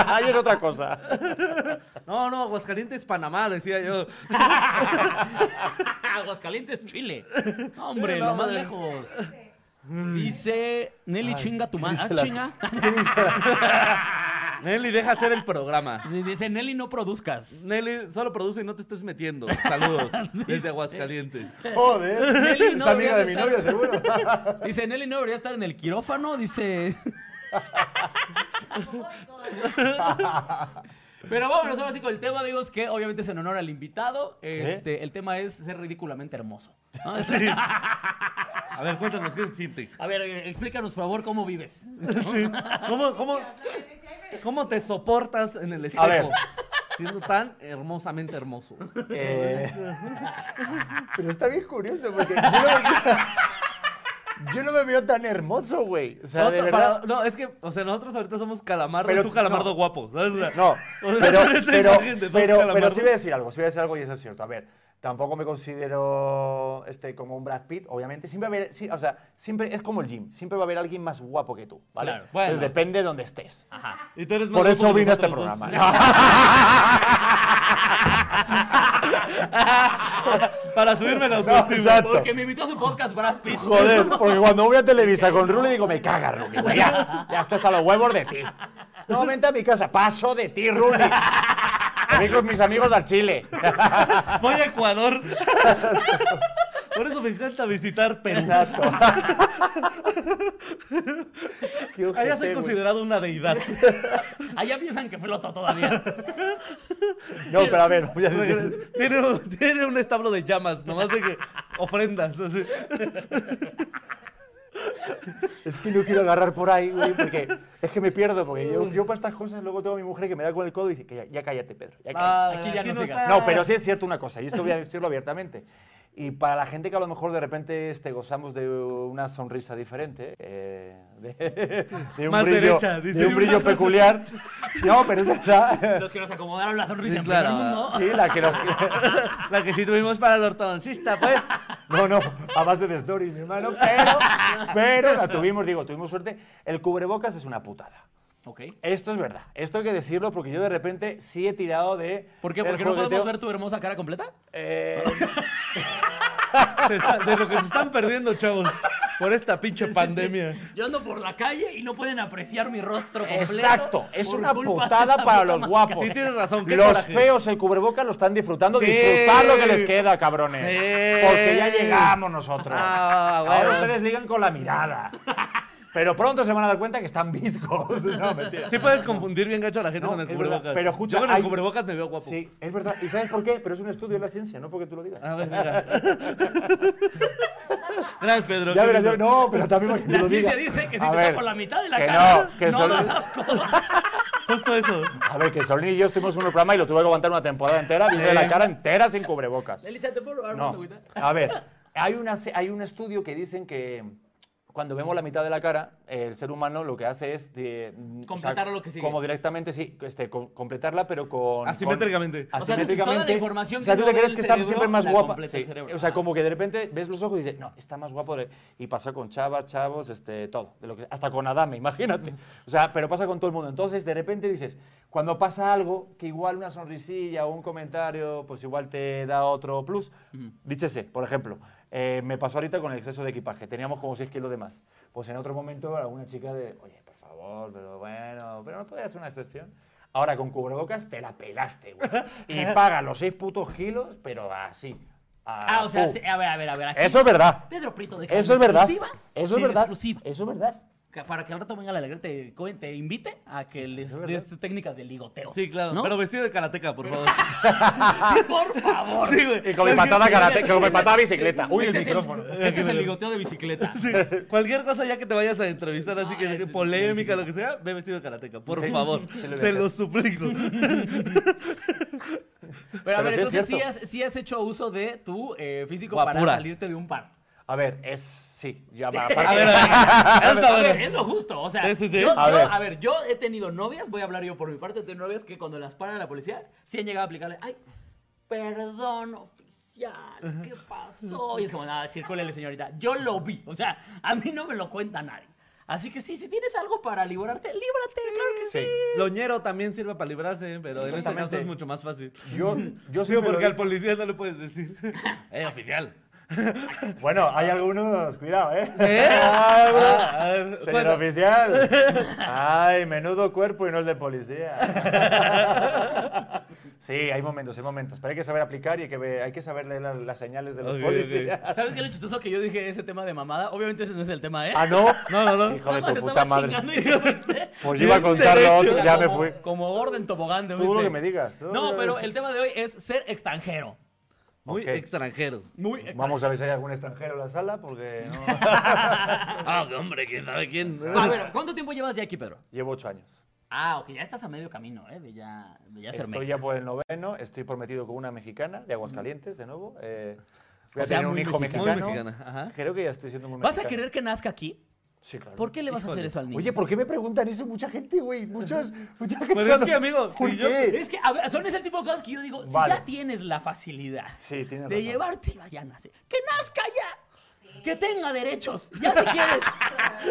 Speaker 3: Ahí es otra cosa.
Speaker 2: No, no, Aguascalientes, Panamá, decía yo.
Speaker 1: Aguascalientes, Chile. No, hombre, lo más lejos. Dice Nelly, chinga tu madre.
Speaker 3: Mm.
Speaker 1: Ah,
Speaker 3: dice la-
Speaker 1: chinga.
Speaker 2: Nelly, deja hacer el programa.
Speaker 1: Sí, Dice Nelly, no produzcas.
Speaker 2: Nelly, solo produce y no te estés metiendo. Saludos desde Aguascalientes.
Speaker 3: Joder,
Speaker 1: Nelly,
Speaker 3: es
Speaker 1: no
Speaker 3: amiga de
Speaker 1: deberías
Speaker 3: mi
Speaker 1: estar-
Speaker 3: novio, seguro.
Speaker 1: Dice Nelly, no debería estar en el quirófano. Dice. Pero vámonos ahora sí con el tema, amigos, que obviamente es en honor al invitado. Este, El tema es ser ridículamente hermoso. ¿no?
Speaker 2: A ver, cuéntanos, ¿qué se siente?
Speaker 1: A ver, eh, explícanos, por favor, cómo vives.
Speaker 2: ¿Cómo, cómo, cómo te soportas en el espejo?
Speaker 3: A ver.
Speaker 2: Siendo tan hermosamente hermoso.
Speaker 3: Eh, Pero está bien curioso porque yo no me, yo no me veo tan hermoso, güey. O sea, de
Speaker 2: Otro-
Speaker 3: verdad.
Speaker 2: para- no, es que, o sea, nosotros ahorita somos calamardo
Speaker 3: Pero
Speaker 2: y tú calamardo
Speaker 3: no.
Speaker 2: guapo, ¿sabes? O sea,
Speaker 3: No,
Speaker 2: o sea,
Speaker 3: pero,
Speaker 2: esta
Speaker 3: pero,
Speaker 2: imagen de dos
Speaker 3: pero, pero
Speaker 2: calamardos.
Speaker 3: sí voy a decir algo, sí voy a decir algo y eso es cierto. A ver, tampoco me considero este, como un Brad Pitt, obviamente. Siempre va a haber, sí, o sea, siempre es como el gym, siempre va a haber alguien más guapo que tú, ¿vale?
Speaker 1: Claro,
Speaker 2: bueno.
Speaker 3: Entonces depende de donde estés.
Speaker 1: Ajá.
Speaker 2: Y tú eres más
Speaker 3: Por
Speaker 2: guapo
Speaker 3: eso
Speaker 2: que
Speaker 3: vino este
Speaker 2: nosotros dos.
Speaker 3: programa.
Speaker 2: Para subirme la
Speaker 3: No,
Speaker 2: autoestima.
Speaker 3: exacto.
Speaker 1: Porque me invitó a su podcast Brad Pitt.
Speaker 3: Joder, porque cuando voy a Televisa con Rulli digo, me caga, Rulli, güey, ya, ya estoy hasta los huevos de ti. No, vente a mi casa, paso de ti, Rulli. Me voy con mis amigos del Chile.
Speaker 2: Voy a Ecuador. Por eso me encanta visitar Perú.
Speaker 3: Exacto. Qué
Speaker 2: Allá
Speaker 3: ojete,
Speaker 2: soy
Speaker 3: güey.
Speaker 2: considerado una deidad.
Speaker 1: Allá piensan que floto todavía.
Speaker 3: No, pero a ver, voy a decir...
Speaker 2: Regres- Tiene un, tiene un establo de llamas, nomás de que ofrendas. así.
Speaker 3: Es que no quiero agarrar por ahí, güey, porque es que me pierdo, porque yo, yo para estas cosas luego tengo a mi mujer que me da con el codo y dice que ya, ya cállate, Pedro, ya cállate.
Speaker 1: Aquí ya no sigas.
Speaker 2: Ah, está.
Speaker 3: No, pero sí es cierto una cosa, y esto voy a decirlo abiertamente. Y para la gente que a lo mejor de repente este, gozamos de una sonrisa diferente, eh, de, de un
Speaker 2: Más
Speaker 3: brillo,
Speaker 2: derecha,
Speaker 3: de
Speaker 2: dice.
Speaker 3: un brillo peculiar. No, pero es verdad.
Speaker 1: Los que nos acomodaron la sonrisa
Speaker 2: Sí,
Speaker 1: en
Speaker 2: claro.
Speaker 1: primer mundo.
Speaker 3: Sí, la que no.
Speaker 2: La que sí tuvimos para el ortodoncista, pues.
Speaker 3: No, no, a base de stories, mi hermano, pero, pero la tuvimos, digo, tuvimos suerte. El cubrebocas es una putada.
Speaker 1: Ok.
Speaker 3: Esto es verdad. Esto hay que decirlo porque yo de repente sí he tirado de.
Speaker 1: ¿Por qué?
Speaker 3: del
Speaker 1: ¿Porque no
Speaker 3: jugueteo.
Speaker 1: podemos ver tu hermosa cara completa?
Speaker 3: Eh,
Speaker 2: Se está- de lo que se están perdiendo, chavos. Por esta pinche pandemia.
Speaker 1: Yo ando por la calle y no pueden apreciar mi rostro completo.
Speaker 3: exacto. Es
Speaker 1: por
Speaker 3: una
Speaker 1: culpa de
Speaker 3: putada
Speaker 1: esa
Speaker 3: para
Speaker 1: puta
Speaker 3: los
Speaker 1: ma-
Speaker 3: guapos.
Speaker 2: Sí, tienes razón, qué
Speaker 3: Los
Speaker 2: coraje.
Speaker 3: feos, el cubreboca, lo están disfrutando.
Speaker 2: Sí.
Speaker 3: Disfrutar lo que les queda, cabrones.
Speaker 2: Sí.
Speaker 3: Porque ya llegamos nosotros.
Speaker 2: Ah,
Speaker 3: Ahora
Speaker 2: bueno.
Speaker 3: ustedes ligan con la mirada. Pero pronto se van a dar cuenta que están viscos. No, mentira.
Speaker 2: Sí puedes confundir bien gacho a la gente
Speaker 3: No,
Speaker 2: con el
Speaker 3: es verdad,
Speaker 2: cubrebocas.
Speaker 3: pero escucha,
Speaker 2: Yo con el
Speaker 3: hay-
Speaker 2: cubrebocas me veo guapo.
Speaker 3: Sí, es verdad. ¿Y sabes por qué? Pero es un estudio de la ciencia, no porque tú lo digas.
Speaker 2: A ver, mira. Gracias, Pedro.
Speaker 3: Ya
Speaker 2: qué
Speaker 3: verás, yo-
Speaker 2: lindo.
Speaker 3: no, pero también porque tú
Speaker 1: La
Speaker 3: lo
Speaker 1: ciencia
Speaker 3: digas.
Speaker 1: dice que si
Speaker 3: A
Speaker 1: te
Speaker 3: ver,
Speaker 1: tapo la mitad de la
Speaker 3: que
Speaker 1: cara,
Speaker 3: no, que
Speaker 1: no
Speaker 3: son-
Speaker 1: das asco.
Speaker 2: Justo eso.
Speaker 3: A ver, que Solín y yo estuvimos en un programa y lo tuve que aguantar una temporada entera, viendo
Speaker 1: Eh.
Speaker 3: la cara entera sin cubrebocas.
Speaker 1: Leli, ¿te puedo robar más
Speaker 3: No.
Speaker 1: agüita?
Speaker 3: A ver, hay, una, se- hay un estudio que dicen que cuando vemos la mitad de la cara, el ser humano lo que hace es... de, mm, o sea,
Speaker 1: Completar lo que sigue.
Speaker 3: Como directamente, sí, este, co- completarla, pero con... con-
Speaker 2: Asimétricamente.
Speaker 1: O sea,
Speaker 3: asimétricamente.
Speaker 1: toda la información
Speaker 3: O sea,
Speaker 1: que
Speaker 3: tú
Speaker 1: no
Speaker 3: te
Speaker 1: ve
Speaker 3: crees
Speaker 1: el
Speaker 3: que está
Speaker 1: cerebro,
Speaker 3: siempre más
Speaker 1: la
Speaker 3: guapa.
Speaker 1: completa el
Speaker 3: Sí,
Speaker 1: cerebro.
Speaker 3: O sea,
Speaker 1: Ah.
Speaker 3: como que de repente ves los ojos y dices, no, está más guapo. de- Y pasa con chavas, chavos, este, todo. de lo que- hasta con Adame, imagínate. O sea, pero pasa con todo el mundo. Entonces, de repente dices, cuando pasa algo, que igual una sonrisilla o un comentario, pues igual te da otro plus. Díchese, por ejemplo, eh, me pasó ahorita con el exceso de equipaje. Teníamos como 6 kilos de más. Pues en otro momento, alguna chica de, oye, por favor, pero bueno, pero no podría hacer una excepción. Ahora con cubrebocas te la pelaste, güey. Y paga los seis putos kilos, pero así.
Speaker 1: Ah, o sea,
Speaker 3: pum.
Speaker 1: sí, a ver, a ver, a ver. aquí-
Speaker 3: Eso es verdad.
Speaker 1: Pedro Prieto deja
Speaker 3: Eso
Speaker 1: en
Speaker 3: es verdad. Eso
Speaker 1: exclusiva,
Speaker 3: es
Speaker 1: en
Speaker 3: verdad.
Speaker 1: exclusiva,
Speaker 3: Eso es verdad.
Speaker 1: que para que al rato venga la alegre te, Cohen, te invite a que les des este técnicas de ligoteo.
Speaker 2: Sí, claro.
Speaker 1: ¿no?
Speaker 2: Pero vestido de karateca, por favor.
Speaker 1: Sí, por favor.
Speaker 2: Sí, güey.
Speaker 3: Y con mi patada karate, con mi patada bicicleta. Uy, el
Speaker 1: Ese es
Speaker 3: micrófono.
Speaker 1: Ese es el ligoteo de bicicleta.
Speaker 2: Sí, Este, Cualquier cosa ya que te vayas a entrevistar, así que deje polémica, lo que sea, ve vestido de karateca, por
Speaker 3: Sí,
Speaker 2: favor.
Speaker 3: sí lo voy a
Speaker 2: Te
Speaker 3: hacer.
Speaker 2: lo suplico.
Speaker 1: Pero a
Speaker 3: Pero
Speaker 1: ver,
Speaker 3: sí es
Speaker 1: entonces sí
Speaker 3: cierto.
Speaker 1: has, sí has hecho uso de tu eh, físico para
Speaker 2: Guapura.
Speaker 1: salirte de un par.
Speaker 3: A ver, es. Sí, ya va.
Speaker 2: A ver, a ver. Eso está
Speaker 1: A ver,
Speaker 2: bueno.
Speaker 1: es lo justo, o sea,
Speaker 2: Sí, sí, sí.
Speaker 1: Yo, yo- a,
Speaker 3: A
Speaker 1: ver.
Speaker 3: ver.
Speaker 1: yo he tenido novias, voy a hablar yo por mi parte, he tenido novias que cuando las paran la policía, sí han llegado a aplicarle, ay, perdón, oficial, ¿qué pasó? Y es como, nada, circúlele, señorita, yo lo vi, o sea, a mí no me lo cuenta nadie. Así que sí, si tienes algo para librarte, líbrate, claro que sí.
Speaker 3: Sí.
Speaker 2: Loñero también sirve para librarse, pero
Speaker 3: Sí,
Speaker 2: en este caso
Speaker 3: exactamente.
Speaker 2: es mucho más fácil.
Speaker 3: Yo, yo
Speaker 2: Digo,
Speaker 3: siempre
Speaker 2: porque
Speaker 3: lo
Speaker 2: al policía no le puedes decir. ¡Eh, oficial!
Speaker 3: digo- Bueno, hay algunos. Cuidado, ¿eh?
Speaker 2: ¿Eh?
Speaker 3: Ay, bro.
Speaker 2: Ah, a ver,
Speaker 3: Señor
Speaker 2: bueno,
Speaker 3: oficial. Ay, menudo cuerpo y no el de policía. Sí, hay momentos, hay momentos. Pero hay que saber aplicar y hay que, ver- hay que saber leer las, las señales de los
Speaker 2: Ok, ok.
Speaker 3: policías.
Speaker 1: Ah, ¿Sabes qué es lo chistoso que yo dije ese tema de mamada? Obviamente ese no es el tema, ¿eh?
Speaker 3: Ah, no.
Speaker 2: No, no, no.
Speaker 3: Hijo de
Speaker 1: Nada
Speaker 3: tu
Speaker 1: más
Speaker 3: puta
Speaker 1: estaba
Speaker 3: madre.
Speaker 1: chingando y dijiste-
Speaker 3: Pues iba a
Speaker 2: Bien
Speaker 3: contar lo
Speaker 2: derecho.
Speaker 3: otro, ya me
Speaker 1: como-
Speaker 3: fui.
Speaker 1: Como orden tobogán de
Speaker 3: Tú lo
Speaker 1: ¿viste?
Speaker 3: que me digas, tú
Speaker 1: No,
Speaker 3: lo-
Speaker 1: pero el tema de hoy es ser extranjero.
Speaker 2: Muy
Speaker 3: Ok.
Speaker 2: extranjero.
Speaker 1: Muy.
Speaker 3: Vamos a ver si hay algún extranjero en la sala, porque no.
Speaker 2: Ah, hombre, quién sabe quién.
Speaker 1: A ver, ¿cuánto tiempo llevas ya aquí, Pedro?
Speaker 3: Llevo ocho años.
Speaker 1: Ah, ok, ya estás a medio camino, ¿eh? De ya, de ya ser
Speaker 3: Estoy
Speaker 1: mexa.
Speaker 3: ya por el noveno, estoy prometido con una mexicana de Aguascalientes, de nuevo. eh, voy
Speaker 1: O
Speaker 3: a
Speaker 1: sea,
Speaker 3: tener un
Speaker 1: muy
Speaker 3: hijo
Speaker 1: mexicano.
Speaker 3: mexicano.
Speaker 2: Muy mexicana, ajá.
Speaker 3: Creo que ya estoy siendo muy mexicano.
Speaker 1: ¿Vas a querer que nazca aquí?
Speaker 3: Sí, claro.
Speaker 1: ¿Por qué le vas a hacer eso al niño?
Speaker 3: Oye, ¿por qué me preguntan eso mucha gente, güey? Muchos, mucha gente.
Speaker 2: Pues es que, amigo,
Speaker 3: ¿Por
Speaker 2: si yo-
Speaker 3: qué?
Speaker 1: Es que, a ver, son ese tipo de cosas que yo digo,
Speaker 3: pues, Vale.
Speaker 1: si ya tienes la facilidad
Speaker 3: Sí,
Speaker 1: de
Speaker 3: tienes razón.
Speaker 1: llevártelo allá, nace, que nazca ya, que tenga derechos, ya si quieres,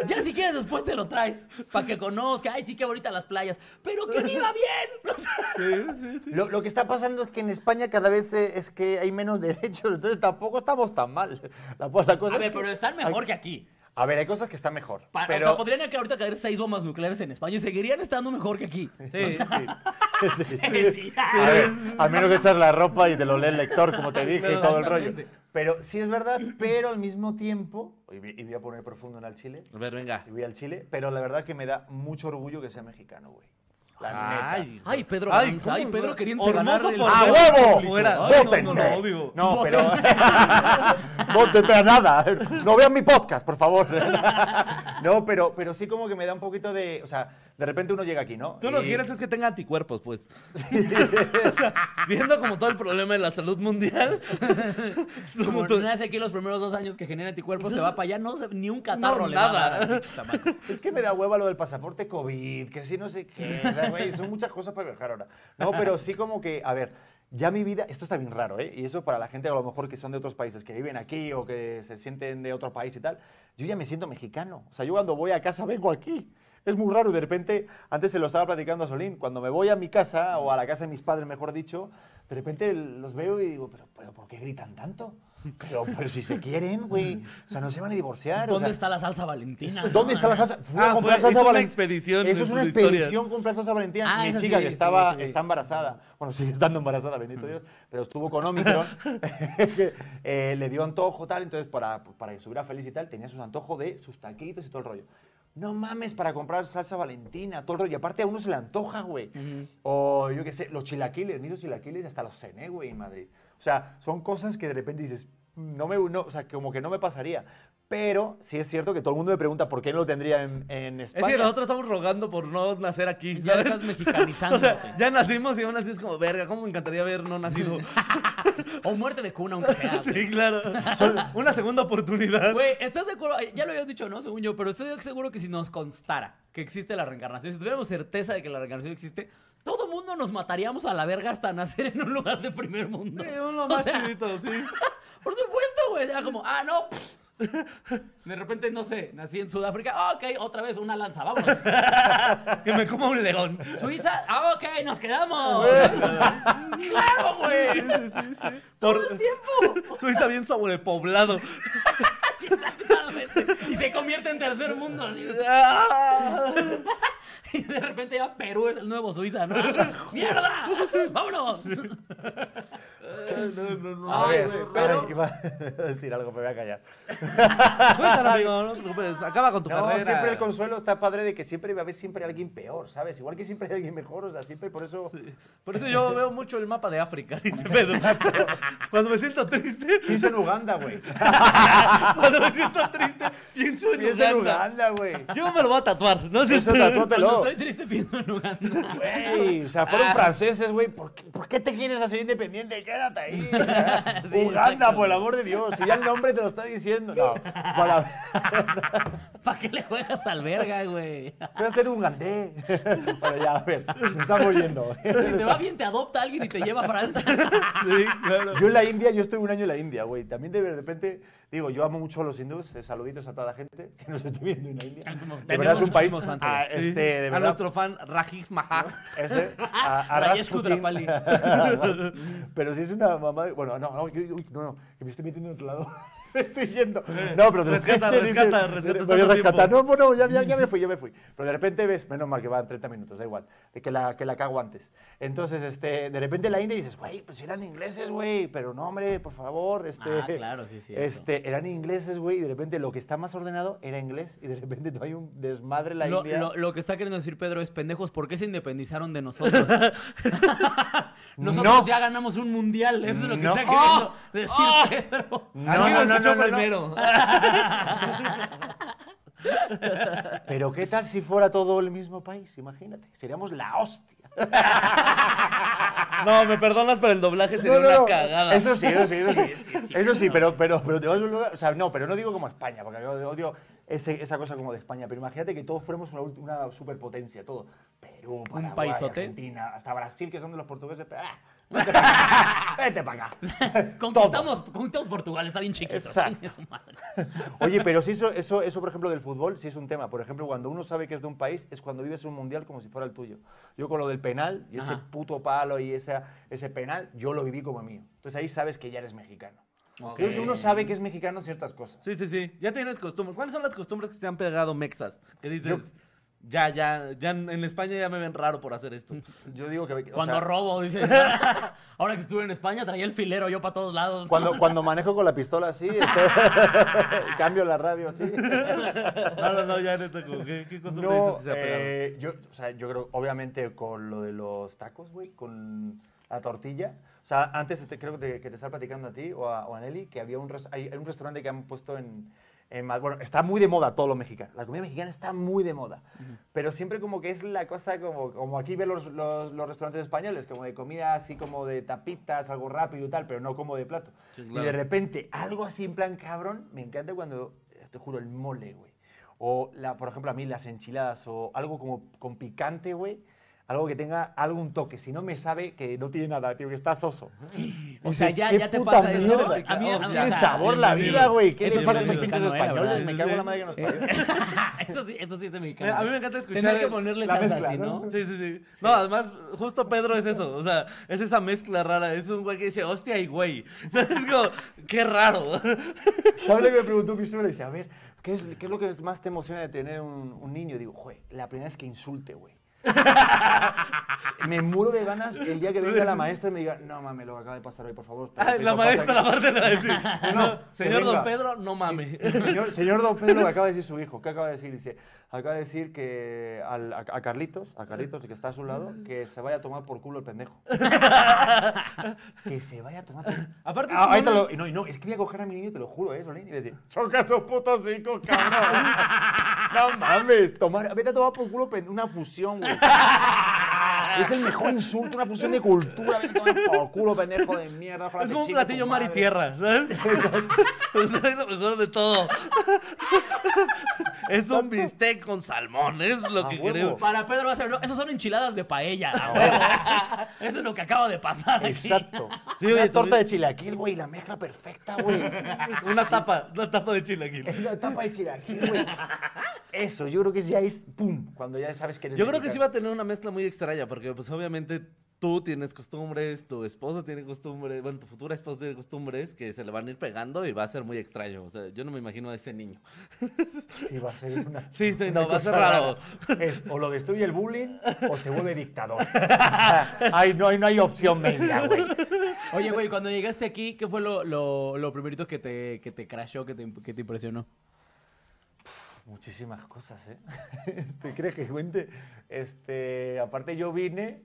Speaker 1: ya si quieres después te lo traes, para que conozca, ay, sí que bonita las playas, pero que viva bien. O sea,
Speaker 3: Lo, lo que está pasando es que en España cada vez eh, es que hay menos derechos, entonces tampoco estamos tan mal. La, la cosa
Speaker 1: a
Speaker 3: Pues es
Speaker 1: ver,
Speaker 3: que-
Speaker 1: pero están mejor que aquí.
Speaker 3: A ver, hay cosas que están mejor.
Speaker 1: Pa-
Speaker 3: pero...
Speaker 1: O sea, podrían acá ahorita caer seis bombas nucleares en España y seguirían estando mejor que aquí.
Speaker 2: Sí,
Speaker 3: Sí, sí.
Speaker 1: Sí.
Speaker 3: A ver, a menos que echas la ropa y te lo lee el lector, como te dije, y todo el rollo.
Speaker 1: Exactamente.
Speaker 3: Pero sí es verdad, pero al mismo tiempo, y vi- y voy a poner profundo en al Chile,
Speaker 2: A ver, venga.
Speaker 3: y voy al Chile, pero la verdad que me da mucho orgullo que sea mexicano, güey. La neta.
Speaker 2: Ay,
Speaker 1: Ay, Pedro Aranza, ay, Pedro queriendo
Speaker 2: Hermoso
Speaker 1: ganar el-
Speaker 2: por
Speaker 3: ¡A
Speaker 2: ver
Speaker 3: huevo!
Speaker 2: fuera. Ay,
Speaker 3: ¡Voten!
Speaker 2: No, no, no, digo.
Speaker 3: No, pero... ¡Voten a nada! No vean mi podcast, por favor. No, pero, pero sí como que me da un poquito de... O sea, de repente uno llega aquí, ¿no?
Speaker 2: Tú lo
Speaker 3: Y-
Speaker 2: que quieres es que tenga anticuerpos, pues. O sea, viendo como todo el problema de la salud mundial.
Speaker 1: Como
Speaker 2: tú-
Speaker 1: nace aquí los primeros dos años que genera anticuerpos, se va para allá, no se- ni un catarro
Speaker 2: No,
Speaker 1: le va a
Speaker 2: nada.
Speaker 1: dar a este chamaco.
Speaker 3: Es que me da hueva lo del pasaporte COVID, que sí no sé qué. O sea, güey, son muchas cosas para viajar ahora. No, pero sí como que, a ver, ya mi vida, esto está bien raro, ¿eh? Y eso para la gente a lo mejor que son de otros países, que viven aquí o que se sienten de otro país y tal, yo ya me siento mexicano. O sea, yo cuando voy a casa vengo aquí. Es muy raro, de repente, antes se lo estaba platicando a Solín, cuando me voy a mi casa, o a la casa de mis padres, mejor dicho, de repente los veo y digo, pero, pero ¿por qué gritan tanto? Pero, pero si se quieren, güey. O sea, no se van a divorciar. o
Speaker 1: ¿Dónde
Speaker 3: sea,
Speaker 1: está la salsa valentina?
Speaker 3: ¿Dónde está la salsa? Fui
Speaker 2: Ah,
Speaker 3: a comprar
Speaker 2: fue-
Speaker 3: salsa
Speaker 2: hizo una
Speaker 3: Valen-
Speaker 2: expedición
Speaker 3: Eso
Speaker 2: en
Speaker 3: es una
Speaker 2: su historia.
Speaker 3: expedición comprar salsa valentina.
Speaker 1: Ah,
Speaker 3: Mi
Speaker 1: esa
Speaker 3: chica
Speaker 1: sí,
Speaker 3: que
Speaker 1: sí,
Speaker 3: estaba,
Speaker 1: sí.
Speaker 3: está embarazada. Bueno, sigue estando embarazada, bendito Dios. Pero estuvo con Omicron. Eh, le dio antojo, tal. Entonces, para, para que estuviera feliz y tal, tenía sus antojos de sus taquitos y todo el rollo. No mames, para comprar salsa valentina, todo el rollo. Y aparte a uno se le antoja, güey. O yo qué sé, los chilaquiles. Ni los chilaquiles hasta los cené, güey, en Madrid. O sea, son cosas que de repente dices, no me, no, o sea, como que no me pasaría. Pero sí es cierto que todo el mundo me pregunta por qué no lo tendría en, en
Speaker 2: Es
Speaker 3: España.
Speaker 2: que nosotros estamos rogando por no nacer aquí.
Speaker 1: Ya
Speaker 2: ¿sabes?
Speaker 1: estás
Speaker 2: O
Speaker 1: mexicanizando.
Speaker 2: sea, ya nacimos y aún así es como, verga, ¿cómo me encantaría haber no nacido?
Speaker 1: O muerte de cuna, aunque sea. pues. güey.
Speaker 2: sí, claro. Una segunda oportunidad.
Speaker 1: Güey, ¿estás de acuerdo? Ay, Ya lo habías dicho, ¿no? Según yo, pero estoy seguro que si nos constara que existe la reencarnación, si tuviéramos certeza de que la reencarnación existe, todo mundo nos mataríamos a la verga hasta nacer en un lugar de primer mundo.
Speaker 2: Sí, uno
Speaker 1: O
Speaker 2: más
Speaker 1: sea,
Speaker 2: chidito, sí.
Speaker 1: Por supuesto, güey. Era como, ah, no. pff. De repente, no sé, nací en Sudáfrica. Ah, Ok, otra vez una lanza, vámonos.
Speaker 2: Que me coma un león.
Speaker 1: Suiza, ah, ok, nos quedamos. claro, güey. Todo el
Speaker 2: Por
Speaker 1: tiempo.
Speaker 2: Suiza bien sobrepoblado.
Speaker 1: Sí, exactamente. Y se convierte en tercer mundo. así.
Speaker 2: Ah.
Speaker 1: Y de repente ya Perú es el nuevo Suiza, ¿no? ¡Mierda! ¡Vámonos!
Speaker 2: No, no, no.
Speaker 3: A
Speaker 1: Ay,
Speaker 3: ver,
Speaker 1: güey, pero-
Speaker 3: ay, iba a decir algo, pero voy a callar.
Speaker 2: Cuéntalo, amigo, no te preocupes. Acaba con tu
Speaker 3: No,
Speaker 2: carrera.
Speaker 3: siempre el consuelo está padre de que siempre va a haber siempre alguien peor, ¿sabes? Igual que siempre hay alguien mejor, o sea, siempre por eso...
Speaker 2: Por eso yo veo mucho el mapa de África, dice Pedro. Cuando me siento triste,
Speaker 3: Piensa en Uganda, güey.
Speaker 2: cuando me siento triste, pienso en
Speaker 3: Piensa en
Speaker 2: Uganda.
Speaker 3: Uganda, güey.
Speaker 2: Yo me lo voy a tatuar, ¿no? sé
Speaker 3: Eso
Speaker 2: tú.
Speaker 1: Cuando
Speaker 3: tatúatelo.
Speaker 1: estoy triste pienso en Uganda.
Speaker 3: Güey, o sea, fueron franceses, güey. ¿Por, qué- por qué te quieres hacer independiente? Quédate ahí.
Speaker 1: Sí,
Speaker 3: Uganda,
Speaker 1: exacto.
Speaker 3: por el amor de Dios. Si ya el nombre te lo está diciendo. No, para...
Speaker 1: ¿Para qué le juegas al verga, güey?
Speaker 3: Voy a ser ugandés. Pero ya, a ver, me estamos yendo.
Speaker 1: Si te va bien, te adopta alguien y te lleva a Francia.
Speaker 2: Sí, claro.
Speaker 3: Yo en la India, yo estuve un año en la India, güey. También de repente, digo, yo amo mucho a los hindús. eh, Saluditos a toda la gente que nos esté viendo en la India.
Speaker 2: Ah,
Speaker 3: De verdad es un país.
Speaker 1: muchísimos fans
Speaker 3: a,
Speaker 1: allá.
Speaker 3: este, de
Speaker 2: Sí, a
Speaker 3: verdad,
Speaker 2: nuestro fan Rajiv Mahá.
Speaker 3: Ese, a, a
Speaker 1: Rajesh
Speaker 3: Rasputin.
Speaker 1: Kudrapali.
Speaker 3: Pero si es una mamá. Bueno, no, no, yo- yo- no, no, que me estoy metiendo en otro lado. me estoy yendo. No, pero de
Speaker 2: Eh, Rescata,
Speaker 3: repente
Speaker 2: rescata,
Speaker 3: dices,
Speaker 2: rescata
Speaker 3: Voy a
Speaker 2: tanto
Speaker 3: rescatar.
Speaker 2: tiempo.
Speaker 3: No, bueno, ya, ya, ya me fui, ya me fui. Pero de repente ves, menos mal que van 30 minutos, da igual, de que la, que la cago antes. Entonces, este, de repente la India dices, güey, pues eran ingleses, güey, pero no, hombre, por favor. Este,
Speaker 1: Ah, claro, sí, sí.
Speaker 3: Este, eran ingleses, güey, y de repente lo que está más ordenado era inglés, y de repente hay un desmadre en la
Speaker 1: Lo,
Speaker 3: India.
Speaker 1: lo- lo que está queriendo decir Pedro es, pendejos, ¿por qué se independizaron de nosotros? nosotros
Speaker 3: No.
Speaker 1: ya ganamos un mundial, eso es lo que
Speaker 3: No. Ah.
Speaker 1: está queriendo decir Pedro.
Speaker 2: Alguien lo escuchó primero.
Speaker 3: Pero qué tal si fuera todo el mismo país, imagínate. Seríamos la hostia.
Speaker 2: No, me perdonas, pero el doblaje sería
Speaker 3: No, no,
Speaker 2: una
Speaker 3: no.
Speaker 2: cagada.
Speaker 3: Eso sí, eso sí, eso sí. eso sí, pero, pero, pero te vas a un lugar- O sea, no, pero no digo como España, porque yo odio ese- esa cosa como de España. Pero imagínate que todos fuéramos una, ulti- una superpotencia, todo. Perú, Paraguay,
Speaker 1: paisote.
Speaker 3: Argentina, hasta Brasil, que son de los portugueses. pero, ¡ah! Vete para acá.
Speaker 1: Conquistamos, conquistamos Portugal, está bien chiquito.
Speaker 3: Exacto.
Speaker 1: chingue su madre.
Speaker 3: Oye, pero si eso, eso, eso, por ejemplo, del fútbol, sí es un tema. Por ejemplo, cuando uno sabe que es de un país, es cuando vives un mundial como si fuera el tuyo. Yo con lo del penal, y ese
Speaker 1: Ajá.
Speaker 3: puto palo y esa, ese penal, yo lo viví como mío. Entonces ahí sabes que ya eres mexicano. Creo que uno sabe que es mexicano en ciertas cosas.
Speaker 2: Sí, sí, sí. Ya tienes costumbres. ¿Cuáles son las costumbres que te han pegado mexas? Que dices, ya, ya, ya en en España ya me ven raro por hacer esto.
Speaker 3: Yo digo que... o
Speaker 1: Cuando
Speaker 3: sea,
Speaker 1: robo, dice. Ahora que estuve en España, traía el filero yo para todos lados.
Speaker 3: cuando, cuando manejo con la pistola así, este, cambio la radio así.
Speaker 2: No, no, no, ya neta, como, ¿qué, qué costumbre dices
Speaker 3: No,
Speaker 2: que se ha pegado?
Speaker 3: eh, yo, o sea, yo creo, obviamente, con lo de los tacos, güey, con la tortilla. O sea, antes te- creo que te, que te estaba platicando a ti o a, o a Nelly que había un, res- hay, hay un restaurante que han puesto en, en Mad- Bueno, está muy de moda todo lo mexicano. La comida mexicana está muy de moda. Pero siempre como que es la cosa como, como aquí ve los, los- los restaurantes españoles, como de comida así como de tapitas, algo rápido y tal, pero no como de plato.
Speaker 2: Sí,
Speaker 3: Y de
Speaker 2: claro.
Speaker 3: repente, algo así en plan cabrón, me encanta cuando, te juro, el mole, güey. O, la, por ejemplo, a mí las enchiladas o algo como con picante, güey. Algo que tenga algún toque. Si no me sabe que no tiene nada, tío, que está soso.
Speaker 1: O sea,
Speaker 3: Dices,
Speaker 1: ya-
Speaker 3: "Qué
Speaker 1: ya te
Speaker 3: puta
Speaker 1: pasa eso".
Speaker 3: mierda,
Speaker 1: A mí- a mí,
Speaker 3: Qué
Speaker 1: o sea,
Speaker 3: sabor la
Speaker 1: sí.
Speaker 3: vida, güey. ¿Qué
Speaker 1: Eso
Speaker 3: le
Speaker 1: sí
Speaker 3: pasa a
Speaker 1: es
Speaker 3: estos pinches
Speaker 1: mexicano, eh, la verdad.
Speaker 3: españoles? Me cago en la madre que nos parió.
Speaker 1: eso, sí, eso sí es de
Speaker 2: Eh,
Speaker 1: mexicano.
Speaker 2: A mí me encanta escuchar.
Speaker 1: Tener que
Speaker 2: el-
Speaker 1: ponerle
Speaker 3: la
Speaker 1: salsa
Speaker 3: mezcla,
Speaker 1: así,
Speaker 3: ¿no?
Speaker 1: ¿no?
Speaker 2: Sí, sí, sí. No, además, justo Pedro es eso. O sea, es esa mezcla rara. Es un güey que dice, hostia y güey. Es como, qué raro.
Speaker 3: ¿Sabes lo que me preguntó mi suegra? Dice, a ver, ¿qué es, qué es lo que más te emociona de tener un, un niño? Y digo, güey, la primera vez que insulte, güey. me muero de ganas el día que venga la maestra y me diga, no mames, lo que acaba de pasar hoy, por favor. te lo
Speaker 2: Ay,
Speaker 3: explico,
Speaker 2: la
Speaker 3: pasa
Speaker 2: maestra, la
Speaker 3: aquí".
Speaker 2: parte le va a decir. No,
Speaker 3: que
Speaker 2: señor don
Speaker 3: venga.
Speaker 2: Pedro, no mame.
Speaker 3: Señor, señor Don Pedro, lo acaba de decir su hijo. ¿Qué acaba de decir? Dice, acaba de decir que al- a, a Carlitos, a Carlitos, el que está a su lado, que se vaya a tomar por culo el pendejo. que se vaya a tomar por
Speaker 2: Aparte es
Speaker 3: Ah,
Speaker 2: como
Speaker 3: ahí te
Speaker 2: una-
Speaker 3: lo- y no, y no, es que voy a coger a mi niño, te lo juro, ¿eh, Solín? Y decir, choca esos putos cinco, cabrón. no mames, tomar, vete a tomar por culo pen- una fusión, güey. Es el mejor insulto, una fusión de cultura. Vete a tomar por culo, pendejo de mierda. ojalá
Speaker 2: Es
Speaker 3: te
Speaker 2: como un
Speaker 3: chingue tu
Speaker 2: platillo mar y
Speaker 3: madre.
Speaker 2: tierra, ¿sabes? es lo mejor de todo. es un bistec con salmón, es lo
Speaker 3: A
Speaker 2: que
Speaker 3: huevo.
Speaker 2: queremos.
Speaker 1: Para Pedro va a ser, no, esos son enchiladas de paella. a huevo, eso, es, eso es lo que acaba de pasar. aquí.
Speaker 3: Ah, Exacto.
Speaker 2: Sí,
Speaker 3: una
Speaker 2: oye,
Speaker 3: torta
Speaker 2: también-
Speaker 3: de chilaquil, güey, la mezcla perfecta, güey.
Speaker 2: Una tapa, una tapa de chilaquil.
Speaker 3: Es Una tapa de chilaquil, güey. Eso, yo creo que ya es pum, cuando ya sabes que eres
Speaker 2: Yo creo que sí va
Speaker 3: mexicano.
Speaker 2: a tener una mezcla muy extraña, porque pues obviamente tú tienes costumbres, tu esposa tiene costumbres, bueno, tu futura esposa tiene costumbres que se le van a ir pegando y va a ser muy extraño. O sea, yo no me imagino a ese niño.
Speaker 3: Sí, va a ser una.
Speaker 2: Sí, sí,
Speaker 3: una
Speaker 2: no, va a ser
Speaker 3: cosa
Speaker 2: raro.
Speaker 3: rara. Es, o lo destruye el bullying o se vuelve dictador. O sea, ay, no, hay- no hay opción media, güey.
Speaker 1: Oye, güey, cuando llegaste aquí, ¿qué fue lo, lo, lo primerito que te, que te crashó, que te, que te impresionó?
Speaker 3: Muchísimas cosas, ¿eh? Este, ¿Quieres que cuente? Este, aparte yo vine...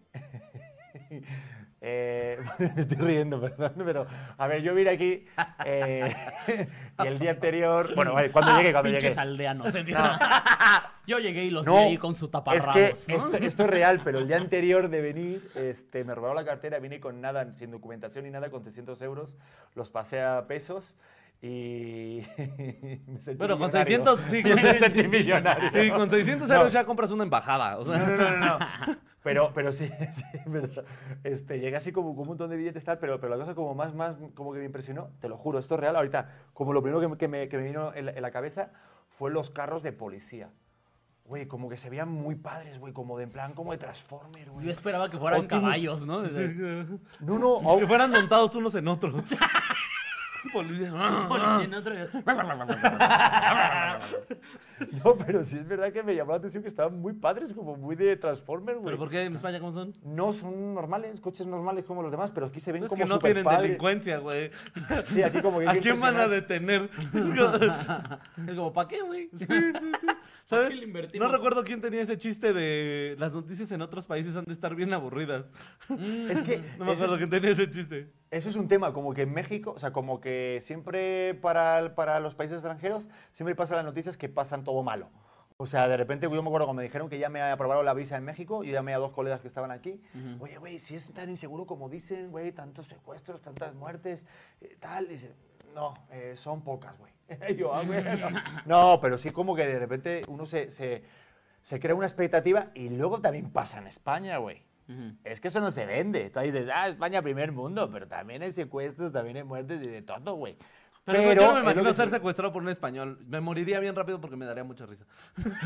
Speaker 3: eh, me estoy riendo, perdón, pero... A ver, yo vine aquí eh, y el día anterior... Bueno, vale, cuando llegué, cuando llegué.
Speaker 1: Pinches aldeanos. ¿eh? Yo llegué y los vi ahí con su taparrabos.
Speaker 3: Es que este
Speaker 1: ¿no?
Speaker 3: esto, esto es real, pero el día anterior de venir, este, me robaron la cartera, vine con nada, sin documentación ni nada, con 300 euros, los pasé a pesos y me sentí
Speaker 2: Bueno, con
Speaker 3: millonario.
Speaker 2: 600 sí, con
Speaker 3: me sentí millonario.
Speaker 2: Sí, con 600
Speaker 3: No.
Speaker 2: euros ya compras una embajada. O sea,
Speaker 3: No, no, no, no. Pero, pero sí, sí, pero, este, llegué así como con un montón de billetes tal, pero, pero la cosa como más, más, como que me impresionó, te lo juro, esto es real ahorita, como lo primero que, me- que me, que me vino en la, en la cabeza fue los carros de policía. Güey, como que se veían muy padres, güey, como de en plan, como de Transformer,
Speaker 1: Yo
Speaker 3: güey.
Speaker 1: esperaba que fueran
Speaker 3: Optimus.
Speaker 1: caballos, ¿no? O sea,
Speaker 3: No, no,
Speaker 2: que fueran montados unos en otros. Policía.
Speaker 1: Policía en otro.
Speaker 3: No, pero sí es verdad que me llamó la atención que estaban muy padres, como muy de Transformers, güey.
Speaker 2: ¿Pero por qué en España cómo son?
Speaker 3: No son normales, coches normales como los demás, pero aquí se ven
Speaker 2: Es
Speaker 3: como
Speaker 2: que no tienen
Speaker 3: superpadres.
Speaker 2: delincuencia, güey.
Speaker 3: Sí, aquí como que hay
Speaker 2: ¿A
Speaker 3: que
Speaker 2: quién van a
Speaker 3: impresionar.
Speaker 2: detener? Es como-
Speaker 1: Es como, ¿para qué, güey?
Speaker 2: ¿Sabes?
Speaker 1: qué le invertimos?
Speaker 2: No recuerdo quién tenía ese chiste de las noticias en otros países han de estar bien aburridas.
Speaker 3: Es que
Speaker 2: No me
Speaker 3: eso,
Speaker 2: acuerdo
Speaker 3: es,
Speaker 2: quién tenía ese chiste.
Speaker 3: eso es un tema, como que en México, o sea, como que siempre para, el- para los países extranjeros, siempre pasa las noticias que pasan todo malo. O sea, de repente, yo me acuerdo cuando me dijeron que ya me aprobaron la visa en México, yo llamé a dos colegas que estaban aquí. Oye, güey, si es tan inseguro como dicen, güey, tantos secuestros, tantas muertes, eh, tal. Dice, no, eh, son pocas, güey. Y yo, ah, bueno. No, pero sí como que de repente uno se, se, se crea una expectativa y luego también pasa en España, güey. Es que eso no se vende. Tú ahí dices, ah, España primer mundo, pero también hay secuestros, también hay muertes y de todo, güey.
Speaker 2: Pero, yo no me
Speaker 3: es lo
Speaker 2: imagino
Speaker 3: que
Speaker 2: ser
Speaker 3: se-
Speaker 2: secuestrado por un español. Me moriría bien rápido porque me daría mucha risa.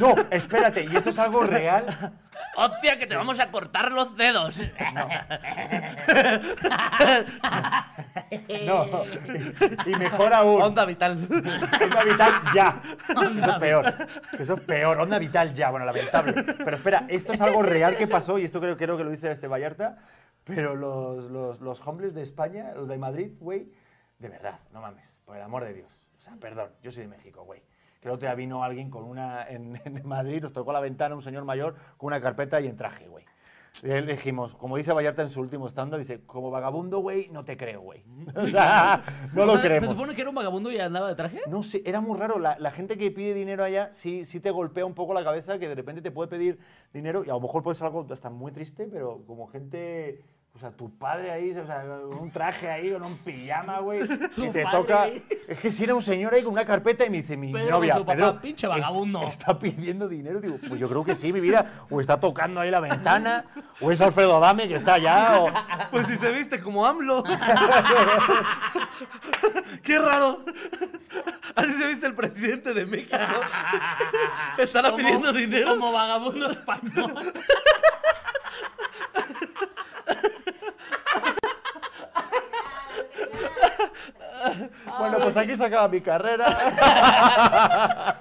Speaker 3: No, espérate, y esto es algo real.
Speaker 4: ¡Hostia, que te vamos a cortar los dedos!
Speaker 3: No. Y mejor aún.
Speaker 2: Onda vital.
Speaker 3: Onda vital ya. Eso es peor. Eso es peor. Onda vital ya. Bueno, lamentable. Pero espera, esto es algo real que pasó y esto creo, creo que lo dice este Vallarta. Pero los, los, los homeless de España, los de Madrid, güey, de verdad, no mames, por el amor de Dios. O sea, perdón, yo soy de México, güey. Que el otro día vino alguien con una. En, en Madrid nos tocó a la ventana un señor mayor con una carpeta y en traje, güey. Y le dijimos, como dice Vallarta en su último estándar, dice, como vagabundo, güey, no te creo, güey. O sea, no
Speaker 1: O
Speaker 3: lo
Speaker 1: sea, ¿Se
Speaker 3: creemos.
Speaker 1: supone que era un vagabundo y andaba de traje?
Speaker 3: No sé, era muy raro. La, la gente que pide dinero allá sí, sí te golpea un poco la cabeza, que de repente te puede pedir dinero y a lo mejor puede ser algo hasta muy triste, pero como gente... O sea, tu padre ahí, o sea, con un traje ahí, con un pijama, güey, y
Speaker 1: Tu
Speaker 3: te
Speaker 1: padre.
Speaker 3: toca... Es que si era un señor ahí con una carpeta y me dice mi
Speaker 1: Pedro,
Speaker 3: novia,
Speaker 1: su papá,
Speaker 3: Pedro,
Speaker 1: pinche
Speaker 3: es-
Speaker 1: vagabundo".
Speaker 3: está pidiendo dinero. Digo, pues yo creo que sí, mi vida. O está tocando ahí la ventana, o es Alfredo Adame que está allá, o...
Speaker 2: Pues si se viste como AMLO. Qué raro. Así se viste el presidente de México. Estará
Speaker 1: Como-
Speaker 2: pidiendo dinero.
Speaker 1: Como vagabundo español.
Speaker 3: Bueno, pues aquí se acaba mi carrera.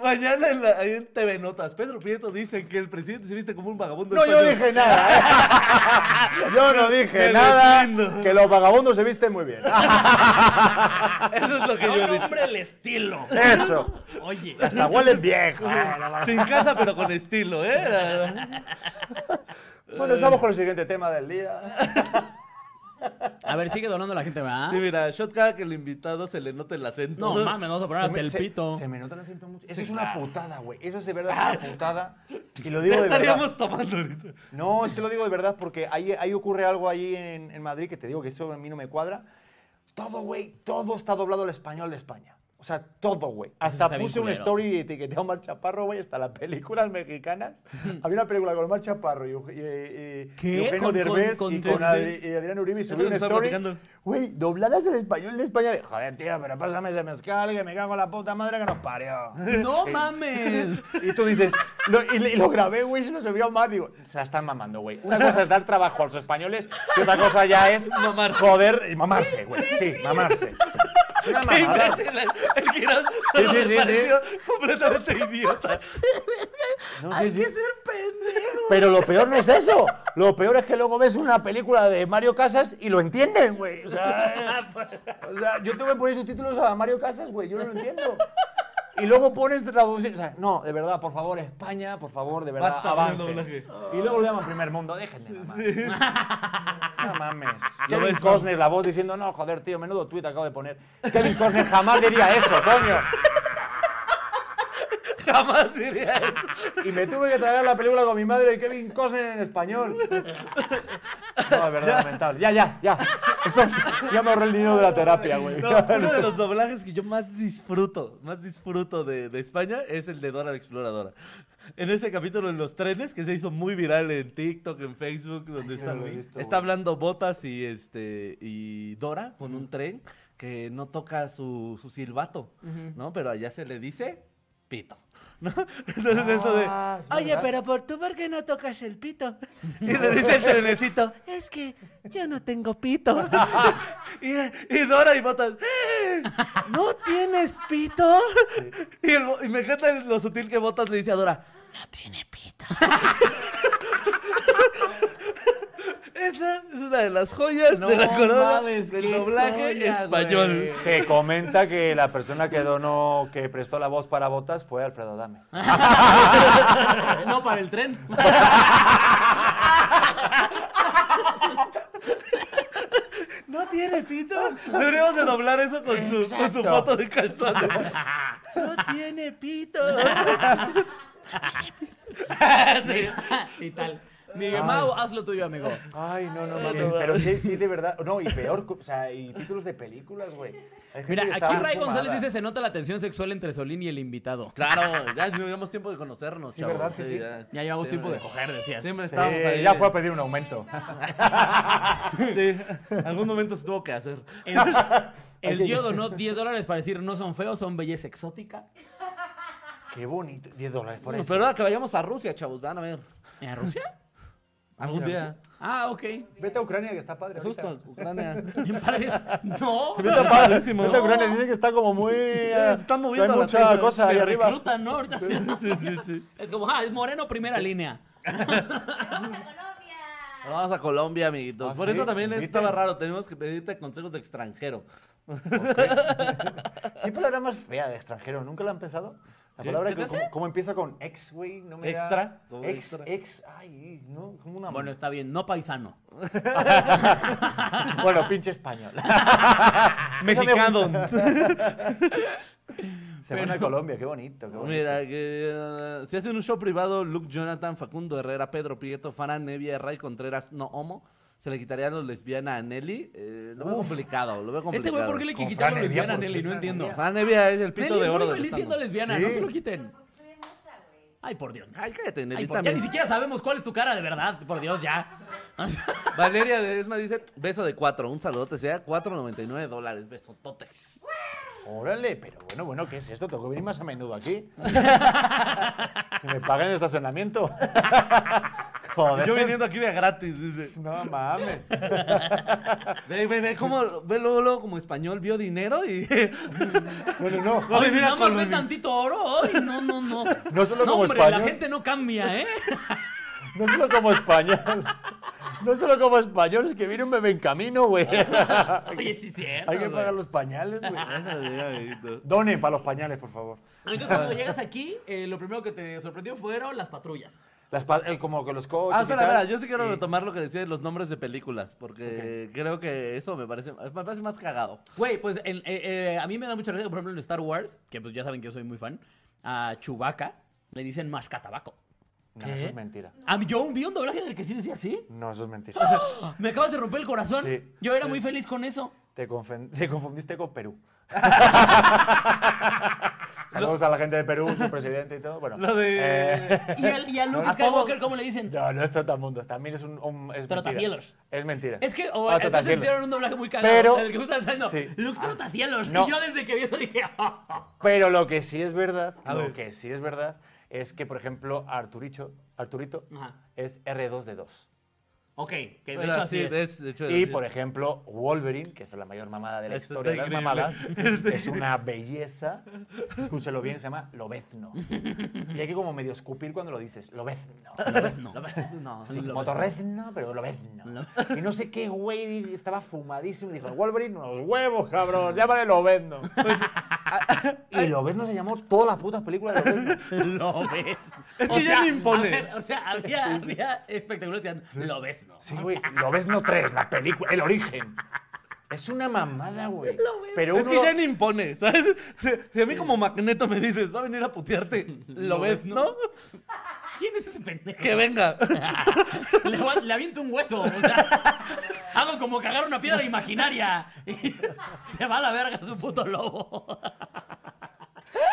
Speaker 2: Mañana en, la- ahí en TV Notas, Pedro Prieto dice que el presidente se viste como un vagabundo.
Speaker 3: No, yo
Speaker 2: español.
Speaker 3: dije nada. ¿eh? Yo no dije
Speaker 2: Me
Speaker 3: nada.
Speaker 2: defiendo.
Speaker 3: Que los vagabundos se visten muy bien.
Speaker 2: Eso es lo que
Speaker 1: A
Speaker 2: yo
Speaker 1: un
Speaker 2: he dicho.
Speaker 1: hombre el estilo.
Speaker 3: Eso.
Speaker 1: Oye.
Speaker 3: Hasta huelen bien.
Speaker 2: Sin casa, pero con estilo, ¿eh?
Speaker 3: Bueno, estamos con el siguiente tema del día.
Speaker 1: A ver, sigue donando la gente, ¿verdad?
Speaker 2: Sí, mira, shot cada que el invitado se le note el acento.
Speaker 1: Ah. No mames, vamos a poner hasta el
Speaker 3: se,
Speaker 1: pito. Ah,
Speaker 3: Se me nota el acento mucho. Eso es una putada, güey. Eso es de verdad una putada.
Speaker 1: pues,
Speaker 3: Y lo digo de verdad.
Speaker 2: Estaríamos tomando ahorita.
Speaker 3: No, es que lo digo de verdad porque ahí, ahí ocurre algo allí en, en Madrid que te digo que eso a mí no me cuadra. Todo, güey, todo está doblado al español de España. O sea, todo, güey. Hasta
Speaker 1: está bien
Speaker 3: puse un
Speaker 1: culero.
Speaker 3: story y etiqueté a Omar Chaparro, güey, hasta las películas mexicanas. Había una película con Omar Chaparro y, Euge- y- y- y
Speaker 1: ¿Qué?
Speaker 3: Eugenio
Speaker 1: Con- con-
Speaker 3: Derbez
Speaker 1: con-
Speaker 3: y con
Speaker 1: sí,
Speaker 3: Adri- y Adrián Uribe. Y
Speaker 2: Eso
Speaker 3: subí
Speaker 2: lo
Speaker 3: un
Speaker 2: estaba
Speaker 3: story,
Speaker 2: platicando.
Speaker 3: güey, dobladas al español de España. De, Joder, tío, pero pásame ese mezcal que me cago en la puta madre que nos parió.
Speaker 1: No mames.
Speaker 3: Y tú dices, lo- y, le- y lo grabé, güey, se lo subió a Omar. Digo, se la están mamando, güey. Una cosa es dar trabajo a los españoles y otra cosa ya es mamar. Joder, y mamarse, güey. Sí, mamarse. Es una
Speaker 2: Qué
Speaker 3: mamada.
Speaker 2: imbécil, El Girón solo
Speaker 3: sí,
Speaker 2: me
Speaker 3: sí, sí.
Speaker 2: pareció completamente idiota.
Speaker 3: No, sí, sí.
Speaker 1: ser pendejo.
Speaker 3: Pero lo peor no es eso. Lo peor es que luego ves una película de Mario Casas y lo entienden, güey. O sea,
Speaker 1: Ah, pues.
Speaker 3: eh, o sea, yo tengo que poner subtítulos a Mario Casas, güey. Yo no lo entiendo. Y luego pones traducir. O sea, no, de verdad, por favor, España, por favor, de verdad,
Speaker 2: Basta
Speaker 3: avance.
Speaker 2: del doblaje.
Speaker 3: Y luego lo llaman primer mundo, déjenme. mamar. No mames.
Speaker 2: Lo
Speaker 3: Kevin
Speaker 2: ves, ¿no?
Speaker 3: Costner, la voz diciendo, no, joder, tío, menudo tweet acabo de poner. Kevin Costner jamás diría eso, coño.
Speaker 2: Jamás diría eso.
Speaker 3: Y me tuve que tragar la película con mi madre de Kevin Costner en español. No, es verdad, lamentable. Ya, ya, ya. Esto es- ya me ahorré el dinero de la terapia, güey.
Speaker 2: No, uno de los doblajes que yo más disfruto, más disfruto de, de España es el de Dora la Exploradora. En ese capítulo en los trenes que se hizo muy viral en TikTok, en Facebook, donde
Speaker 3: yo
Speaker 2: está,
Speaker 3: no lo he visto,
Speaker 2: está
Speaker 3: güey.
Speaker 2: hablando Botas y este y Dora con un tren que no toca su, su silbato, ¿no? Pero allá se le dice pito. ¿No? Entonces eso de,
Speaker 3: Ah, es
Speaker 2: oye,
Speaker 3: verdad.
Speaker 2: pero por tú, ¿por qué no tocas el pito? Y le dice el trenecito, es que yo no tengo pito. y, y Dora y Botas, "Eh, ¿no tienes pito? Y, el bo- y me encanta el- lo sutil que Botas le dice a Dora, no tiene pito. Esa es una de las joyas
Speaker 1: No
Speaker 2: de la corona
Speaker 1: mames,
Speaker 2: del
Speaker 1: qué
Speaker 2: doblaje
Speaker 1: joya,
Speaker 2: español.
Speaker 1: güey.
Speaker 3: Se comenta que la persona que donó, que prestó la voz para botas fue Alfredo Adame.
Speaker 1: No, para el tren.
Speaker 2: ¿No tiene pito? Deberíamos de doblar eso con su, con su foto de calzones. No tiene pito.
Speaker 1: y tal. Miguel Mau, haz lo tuyo, amigo.
Speaker 3: Ay, no, no, mames. Este, Pero sí, sí, de verdad. No, y peor, o sea, y títulos de películas, güey. Hay gente
Speaker 1: Mira,
Speaker 3: que está
Speaker 1: aquí Ray
Speaker 3: fumada.
Speaker 1: González dice: Se nota la tensión sexual entre Solín y el invitado.
Speaker 2: Claro, ya llevamos tiempo de conocernos,
Speaker 3: Sí,
Speaker 2: chavos.
Speaker 3: ¿verdad? Sí, sí.
Speaker 2: ya.
Speaker 1: Ya llevamos
Speaker 2: Sí,
Speaker 1: tiempo de
Speaker 2: güey.
Speaker 1: coger, decías.
Speaker 2: Siempre
Speaker 3: Sí,
Speaker 2: estábamos ahí.
Speaker 3: ya fue a pedir un aumento.
Speaker 2: Sí, algún momento se tuvo que hacer.
Speaker 1: El, el Gio donó 10 dólares para decir: No son feos, son belleza exótica.
Speaker 3: Qué bonito. 10 dólares por
Speaker 2: Pero
Speaker 3: eso.
Speaker 2: ahora que vayamos a Rusia, chavos, van a ver.
Speaker 1: ¿En Rusia?
Speaker 2: Algún día.
Speaker 1: Ah, ok.
Speaker 3: Vete a Ucrania, que está padre.
Speaker 2: Es
Speaker 3: ahorita.
Speaker 2: justo, Ucrania.
Speaker 1: Bien padres. No.
Speaker 3: Está padrísimo.
Speaker 2: Padrísimo.
Speaker 3: Vete a Ucrania, dicen que está como muy... eh,
Speaker 2: se están moviendo
Speaker 3: Hay
Speaker 2: las
Speaker 3: mucha
Speaker 2: cosas.
Speaker 3: cosa ahí
Speaker 1: Te
Speaker 3: arriba.
Speaker 1: reclutan, ¿no? Ahorita sí.
Speaker 2: Sí, sí, sí.
Speaker 1: Es como, ah, es moreno primera línea.
Speaker 2: Ahora Vamos a Colombia, amiguitos.
Speaker 3: Ah,
Speaker 2: Por
Speaker 3: sí,
Speaker 2: eso también
Speaker 3: inviten.
Speaker 2: estaba raro. Tenemos que pedirte consejos de extranjero.
Speaker 3: ¿Qué palabra más fea de extranjero? ¿Nunca la han pensado? La palabra
Speaker 1: ¿Se te
Speaker 3: que
Speaker 1: hace?
Speaker 3: como, como empieza con ex, güey, no me da-
Speaker 2: Extra, como
Speaker 3: Ex,
Speaker 2: extra.
Speaker 3: ex, ay, no, como una...
Speaker 1: Bueno, está bien, no paisano. Este
Speaker 3: Bueno, pinche español.
Speaker 2: Mexicano.
Speaker 3: Se van a Colombia, qué bonito, qué bonito.
Speaker 2: Mira, que, eh, si hacen un show privado, Luke Jonathan, Facundo Herrera, Pedro Prieto, Farah Nevia, Ray Contreras, no homo, se le quitaría lo lesbiana a Nelly. eh, lo veo complicado, lo veo complicado.
Speaker 1: Este güey, ¿por qué le
Speaker 3: Con
Speaker 1: quitaron
Speaker 3: Fran Evia,
Speaker 1: lesbiana a
Speaker 3: ¿por qué
Speaker 1: Nelly? No
Speaker 3: Fran
Speaker 1: entiendo.
Speaker 3: Evia?
Speaker 2: Farah Nevia es el pito
Speaker 1: Nelly
Speaker 2: de
Speaker 1: es
Speaker 2: oro
Speaker 1: muy
Speaker 2: del
Speaker 1: feliz siendo
Speaker 2: stand-up.
Speaker 1: lesbiana,
Speaker 3: Sí.
Speaker 1: no se lo quiten. Ay, por Dios.
Speaker 2: Ay, cállate, Nelly,
Speaker 1: Ay, por- ya
Speaker 2: también.
Speaker 1: ni siquiera sabemos cuál es tu cara de verdad, por Dios, ya.
Speaker 2: Valeria de Esma dice, beso de cuatro, un saludote, sea 4.99 dólares, besototes.
Speaker 3: Órale, pero bueno, bueno, ¿qué es esto? Tengo que venir más a menudo aquí. que me paguen el estacionamiento. Joder.
Speaker 2: Yo viniendo aquí de gratis, dice.
Speaker 3: No mames.
Speaker 2: Ve, ve, ve, cómo, ve luego, luego como español vio dinero y...
Speaker 3: No, no, no.
Speaker 2: Va a
Speaker 1: Ay,
Speaker 2: venir a
Speaker 1: nada más ve
Speaker 2: colonia.
Speaker 1: tantito oro. Ay, no, no, no.
Speaker 3: No solo como
Speaker 1: hombre,
Speaker 3: español.
Speaker 1: la gente no cambia, ¿eh?
Speaker 3: No solo como español. No solo como español, es que viene un bebé en camino, güey.
Speaker 1: Oye, sí, es cierto.
Speaker 3: Hay que
Speaker 1: güey.
Speaker 3: pagar los pañales, güey.
Speaker 2: Eso sí, amiguito.
Speaker 3: Donen para los pañales, por favor.
Speaker 1: Entonces, cuando llegas aquí, eh, lo primero que te sorprendió fueron las patrullas.
Speaker 3: Las pa- eh, como que los coches.
Speaker 2: Ah,
Speaker 3: y
Speaker 2: espera,
Speaker 3: tal.
Speaker 2: espera, yo sí quiero
Speaker 3: Y-
Speaker 2: retomar lo que decía de los nombres de películas, porque creo que eso me parece, me parece más cagado.
Speaker 1: Güey, pues en- eh, eh, a mí me da mucha risa, que, por ejemplo, en Star Wars, que pues ya saben que yo soy muy fan, a Chewbacca le dicen mascatabaco.
Speaker 3: No, eso es mentira.
Speaker 1: A mí yo vi un doblaje en el que sí decía así.
Speaker 3: No, eso es mentira.
Speaker 1: Me acabas de romper el corazón.
Speaker 3: Sí.
Speaker 1: yo era muy feliz con eso.
Speaker 3: Te, confen- te confundiste con Perú. Saludos a la gente de Perú, su presidente y todo. Bueno,
Speaker 2: Lo de-
Speaker 3: eh,
Speaker 1: Y al, y al Luke
Speaker 2: ¿A cómo?
Speaker 1: Skywalker, ¿cómo le dicen?
Speaker 3: no, no es Trotamundos. También es un. un- es
Speaker 1: Pero
Speaker 3: mentira.
Speaker 1: Tafielos.
Speaker 3: Es mentira.
Speaker 1: Es que o,
Speaker 3: Ah,
Speaker 1: entonces
Speaker 3: Tafielos.
Speaker 1: hicieron un doblaje muy cagado.
Speaker 3: Pero-
Speaker 1: en el que justo estaba diciendo,
Speaker 3: sí.
Speaker 1: Luke Trotacielos.
Speaker 3: No.
Speaker 1: Y yo desde que vi eso dije, "Ah, ah,
Speaker 3: Pero lo que sí es verdad,
Speaker 2: A
Speaker 3: lo
Speaker 2: ver.
Speaker 3: que sí es verdad, es que, por ejemplo, Arturicho, Arturito
Speaker 1: Ajá.
Speaker 3: es R2D2.
Speaker 1: ok, que de
Speaker 2: Pero
Speaker 1: hecho así
Speaker 2: sí,
Speaker 1: es.
Speaker 2: es, de hecho,
Speaker 3: Y,
Speaker 2: sí.
Speaker 3: por ejemplo, Wolverine, que es la mayor mamada de la
Speaker 2: Esto
Speaker 3: historia de
Speaker 2: está
Speaker 3: las
Speaker 2: increíble.
Speaker 3: mamadas, es una belleza. Escúchalo bien, se llama Lobezno. Y hay que como medio escupir cuando lo dices. Lobezno.
Speaker 1: No.
Speaker 2: No,
Speaker 3: Sí,
Speaker 2: no, no.
Speaker 3: Motorrezno, pero Lobezno. Y no sé qué güey di- estaba fumadísimo. Dijo, Wolverine, unos huevos, cabrón. Llámale Lobezno.
Speaker 2: Pues,
Speaker 3: y Lobezno se llamó todas las putas películas de Lobezno.
Speaker 1: Lo ves.
Speaker 2: Es que ya le impone.
Speaker 1: a ver, o sea, había, había espectáculos que decían, lo ves, ¿no?
Speaker 3: Sí, güey. Lobezno 3, la película, el origen. Es una mamada, güey.
Speaker 1: Lobezno.
Speaker 3: Pero
Speaker 2: Es
Speaker 3: uno...
Speaker 2: que ya ni impone, ¿sabes? Si, si a mí como magneto me dices, va a venir a putearte, ¿lo ves, no?
Speaker 1: ¿Quién es ese pendejo?
Speaker 2: Que venga.
Speaker 1: le, voy a- le aviento un hueso, o sea, hago como cagar una piedra imaginaria. Y se va a la verga su puto lobo.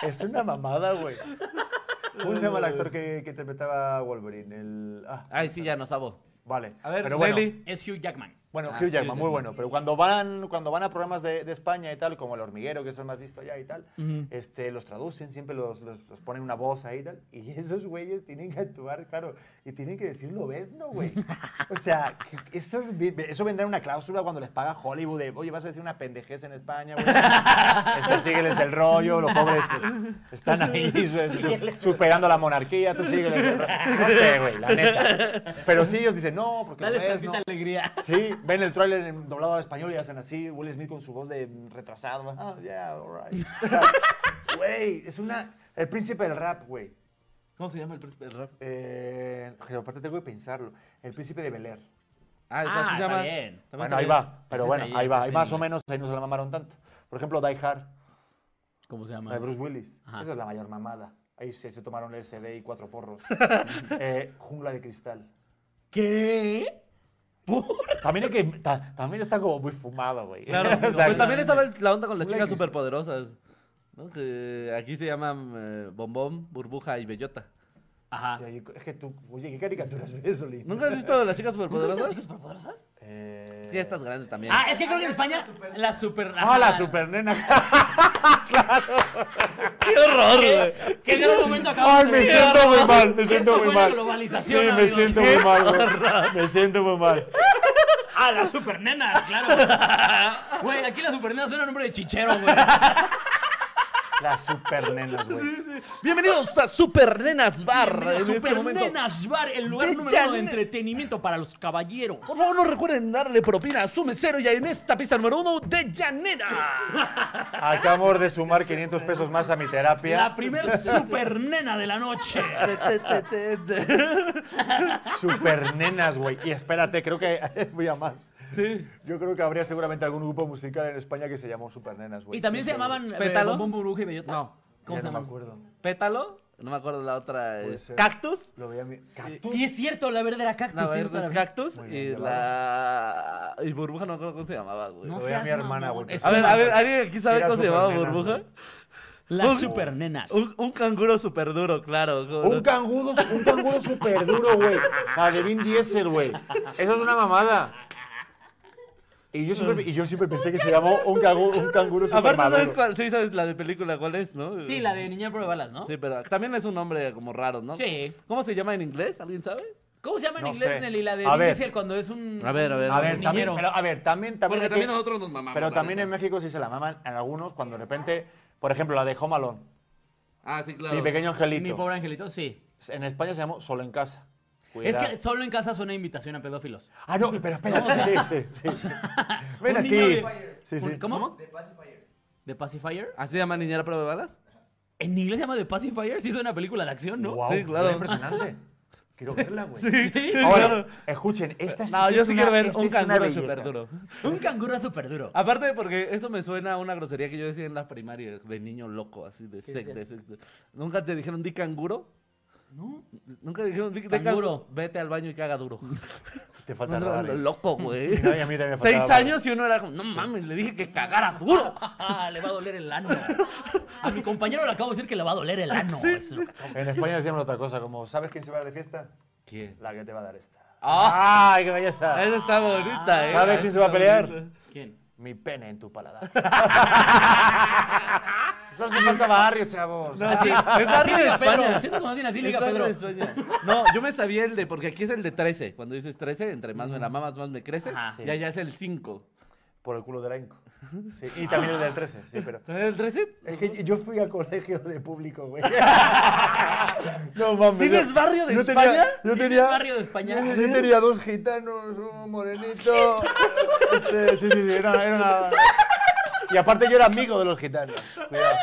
Speaker 3: Es una mamada, güey. ¿Cómo se llama el actor que, que interpretaba a Wolverine? El... Ah,
Speaker 2: Ay, sí, ya no sabo.
Speaker 3: vale.
Speaker 2: A ver,
Speaker 3: Pero bueno,
Speaker 2: Nelly.
Speaker 1: Es Hugh Jackman.
Speaker 3: Bueno, Hugh Jackman, muy bueno. Pero cuando van, cuando van a programas de, de España y tal, como El Hormiguero, que es el más visto allá y tal, este, los traducen, siempre los, los- los ponen una voz ahí y tal. Y esos güeyes tienen que actuar, claro, y tienen que decir, lo ves, no, güey. O sea, que- eso, vi- eso vendrá en una cláusula cuando les paga Hollywood de, oye, vas a decir una pendejez en España, güey. Este, sígueles el rollo, los pobres pues, están ahí su- su- superando la monarquía, tú sígueles el rollo. No sé, güey, la neta. Pero sí, ellos dicen, no, porque lo
Speaker 1: Dale
Speaker 3: ves, no.
Speaker 1: tantita alegría.
Speaker 3: Sí, ven el tráiler en- doblado al español y hacen así, Will Smith con su voz de retrasado. Oh, yeah, alright. Güey, es una... El príncipe del rap, güey.
Speaker 2: ¿Cómo se llama el príncipe del rap?
Speaker 3: Eh, pero aparte tengo que pensarlo. El príncipe de Bel Air.
Speaker 2: Ah, o sea,
Speaker 1: Ah,
Speaker 2: así se
Speaker 1: está
Speaker 2: llama.
Speaker 1: bien.
Speaker 2: También
Speaker 3: Bueno,
Speaker 2: está
Speaker 3: ahí
Speaker 2: bien.
Speaker 3: va. Pero
Speaker 1: Ese
Speaker 3: bueno,
Speaker 1: es ahí,
Speaker 3: ahí
Speaker 1: ese
Speaker 3: va.
Speaker 1: es
Speaker 3: Ahí
Speaker 1: en
Speaker 3: más o
Speaker 1: inglés.
Speaker 3: menos ahí no se la mamaron tanto. Por ejemplo, Die Hard,
Speaker 1: ¿Cómo se llama?
Speaker 3: la de Bruce Willis.
Speaker 1: Ajá.
Speaker 3: Esa es la mayor mamada. Ahí se, se tomaron el SD y cuatro porros. Eh, jungla de cristal.
Speaker 1: ¿Qué? ¿Por?
Speaker 3: También, hay que, ta- también está como muy fumado, güey.
Speaker 2: Claro,
Speaker 3: O sea,
Speaker 2: pues también estaba el- la onda con las
Speaker 3: Una
Speaker 2: chicas
Speaker 3: que-
Speaker 2: superpoderosas. ¿no? Que aquí se llaman eh, Bombón, Burbuja y Bellota.
Speaker 1: Ajá.
Speaker 3: Oye, Es que tú, oye, ¿qué caricaturas ves, Oli?
Speaker 2: ¿Nunca has visto las chicas superpoderosas?
Speaker 1: chicas superpoderosas?
Speaker 3: Eh...
Speaker 2: Sí, estás grande también.
Speaker 1: Ah, es que creo que en España la super...
Speaker 3: ¡Ah, la supernena!
Speaker 2: ¡Qué horror, güey!
Speaker 1: Que en algún momento acabamos
Speaker 3: ¡Ay, me
Speaker 1: de-
Speaker 3: siento muy mal! Me
Speaker 1: Esto
Speaker 3: siento
Speaker 1: fue
Speaker 3: muy
Speaker 1: la
Speaker 3: mal.
Speaker 1: globalización,
Speaker 3: Sí, me
Speaker 1: amigos.
Speaker 3: siento muy mal, güey. Me siento muy mal.
Speaker 1: Ah, la supernena, claro. Güey, aquí la supernena suena a nombre de chichero, güey.
Speaker 3: Las supernenas, güey.
Speaker 2: Bienvenidos a Super Nenas Bar.
Speaker 1: La
Speaker 2: en este momento.
Speaker 1: supernenas bar, el lugar
Speaker 2: De
Speaker 1: número uno de
Speaker 2: Janet.
Speaker 1: entretenimiento para los caballeros.
Speaker 2: Por favor, no recuerden darle propina a su mesero y en esta pista número uno de Llanera.
Speaker 3: Acabamos de sumar 500 pesos más a mi
Speaker 1: La
Speaker 3: terapia.
Speaker 1: primer supernena de la noche.
Speaker 3: Supernenas, güey. Y espérate, creo que voy a más. Sí. Yo creo que habría seguramente algún grupo musical en España que se llamó Supernenas, güey.
Speaker 1: Y también se
Speaker 3: Seguro.
Speaker 1: llamaban eh,
Speaker 2: ¿Pétalo?
Speaker 1: Bombón Burbuja y Bellota. No. ¿Cómo
Speaker 3: Ya
Speaker 1: se
Speaker 3: no me
Speaker 1: llamaban?
Speaker 3: acuerdo.
Speaker 2: Pétalo. No me acuerdo la otra.
Speaker 3: Puede
Speaker 2: es
Speaker 3: ser.
Speaker 2: Cactus.
Speaker 3: Lo veía mi...
Speaker 1: Sí, es cierto, la verde era cactus.
Speaker 2: La
Speaker 1: tienes
Speaker 2: verde
Speaker 1: toda
Speaker 2: es
Speaker 1: la-
Speaker 2: pues, Cactus.
Speaker 3: Muy bien
Speaker 2: Y la. Y Burbuja, no me acuerdo cómo se llamaba, güey.
Speaker 1: No
Speaker 3: Lo veía
Speaker 1: seas
Speaker 3: mi hermana,
Speaker 1: mamón.
Speaker 3: güey.
Speaker 1: Es
Speaker 2: A ver,
Speaker 1: una-
Speaker 2: a ver, ¿alguien aquí sabe
Speaker 3: Era
Speaker 2: cómo se llamaba
Speaker 3: Supernenas,
Speaker 2: Burbuja?
Speaker 3: güey.
Speaker 1: Las supernenas.
Speaker 2: Un, un canguro súper duro, claro. como-
Speaker 3: Un canguro, un canguro súper duro, güey. La de Vin Diesel, güey. Eso es una mamada. Y yo siempre, y yo siempre pensé que se llamó un canguro, un canguro súper
Speaker 2: Aparte,
Speaker 3: maduro.
Speaker 2: ¿sabes cuál? Sí, sabes la de película, ¿cuál es, no?
Speaker 1: Sí, la de niña prueba balas, ¿no?
Speaker 2: Sí, pero también es un nombre como raro, ¿no?
Speaker 1: Sí.
Speaker 2: ¿Cómo se llama en inglés? ¿Alguien sabe?
Speaker 1: ¿Cómo se llama en
Speaker 3: No
Speaker 1: inglés,
Speaker 3: sé.
Speaker 1: Nelly? La de
Speaker 3: A
Speaker 1: Vin
Speaker 3: ver.
Speaker 1: Diesel cuando es un.
Speaker 2: A ver, a ver,
Speaker 1: un
Speaker 3: A ver, también,
Speaker 1: niñero.
Speaker 3: pero, a ver, también, también.
Speaker 4: Porque
Speaker 3: hay
Speaker 4: también
Speaker 3: que-
Speaker 4: nosotros nos mamamos.
Speaker 3: pero
Speaker 4: la
Speaker 3: también
Speaker 4: neta.
Speaker 3: en México sí se la maman en algunos cuando de repente, por ejemplo, la de Home Alone,
Speaker 4: Ah, sí, claro.
Speaker 3: mi pequeño angelito.
Speaker 1: Mi pobre angelito, sí.
Speaker 3: En España se llamó Solo en casa.
Speaker 1: Es
Speaker 3: Cuidado.
Speaker 1: que solo en casa suena invitación a pedófilos.
Speaker 3: Ah, no, pero espera. sí, sí, sí. Ven
Speaker 1: Un
Speaker 3: aquí.
Speaker 1: niño de-
Speaker 3: Sí, sí.
Speaker 1: un- ¿Cómo? The Pacifier. ¿The Pacifier?
Speaker 2: ¿Así se llama niñera prueba de balas?
Speaker 1: En inglés se llama The Pacifier, sí suena a película de acción, ¿no?
Speaker 3: Guau,
Speaker 2: Sí, claro.
Speaker 3: era impresionante. Quiero verla, güey.
Speaker 1: Sí.
Speaker 3: Ahora,
Speaker 2: claro.
Speaker 3: escuchen, esta sí
Speaker 2: Ah, No,
Speaker 3: que
Speaker 2: yo
Speaker 3: es
Speaker 2: sí
Speaker 3: una-
Speaker 2: quiero ver
Speaker 3: esta
Speaker 2: un
Speaker 3: es una
Speaker 2: canguro
Speaker 3: belleza.
Speaker 2: súper duro.
Speaker 1: Un canguro súper duro.
Speaker 3: Ah,
Speaker 2: Aparte, porque eso me suena a una grosería que yo decía en la primaria, de niño loco, así, de sec, de sec. de- ¿Nunca te dijeron di canguro?
Speaker 1: No.
Speaker 2: ¿Nunca te dijeron di di
Speaker 1: Canguro.
Speaker 2: canguro? Vete al baño y caga duro.
Speaker 3: Te falta
Speaker 2: No, no,
Speaker 3: radar, eh.
Speaker 2: loco, güey.
Speaker 3: No, y a mí también me faltaba
Speaker 2: Seis
Speaker 3: radar.
Speaker 2: años y uno era como, no mames, le dije que cagara duro.
Speaker 1: Ah, le va a doler el ano. A mi compañero le acabo de decir que le va a doler el ano. Eso es lo que acabo-
Speaker 3: En España decíamos otra cosa, como, ¿sabes quién se va a dar de fiesta?
Speaker 2: ¿Quién?
Speaker 3: La que te va a dar esta.
Speaker 2: Ah,
Speaker 3: ¡Ay, qué belleza!
Speaker 2: esa está bonita, eh.
Speaker 3: ¿Sabes quién Ah, se va a pelear?
Speaker 1: ¿Quién?
Speaker 3: Mi pene en tu paladar. Solo se falta barrio, chavos.
Speaker 1: Así,
Speaker 2: es
Speaker 1: así
Speaker 2: barrio de
Speaker 1: liga
Speaker 2: España.
Speaker 1: Pedro. Siento como así, así
Speaker 2: Es
Speaker 1: liga Pedro.
Speaker 2: barrio de España. No, yo me sabía el de, porque aquí es el de 13. Cuando dices 13, entre más me la mamas, más me crece.
Speaker 1: Ajá.
Speaker 2: Y allá es el 5.
Speaker 3: Por el culo del Ainco. Sí, y también el del 13, sí, pero...
Speaker 2: ¿También el 13?
Speaker 3: Es que yo fui al colegio de público, güey. No mames.
Speaker 2: ¿Tienes
Speaker 3: yo-
Speaker 2: barrio de
Speaker 3: yo tenía-
Speaker 2: España?
Speaker 3: yo
Speaker 1: ¿Tienes
Speaker 3: tenía...
Speaker 1: barrio de España?
Speaker 3: Yo, yo tenía dos gitanos, un morenito. Este, sí, sí, sí, era, era una... Y aparte yo era amigo de los gitanos. cuidado.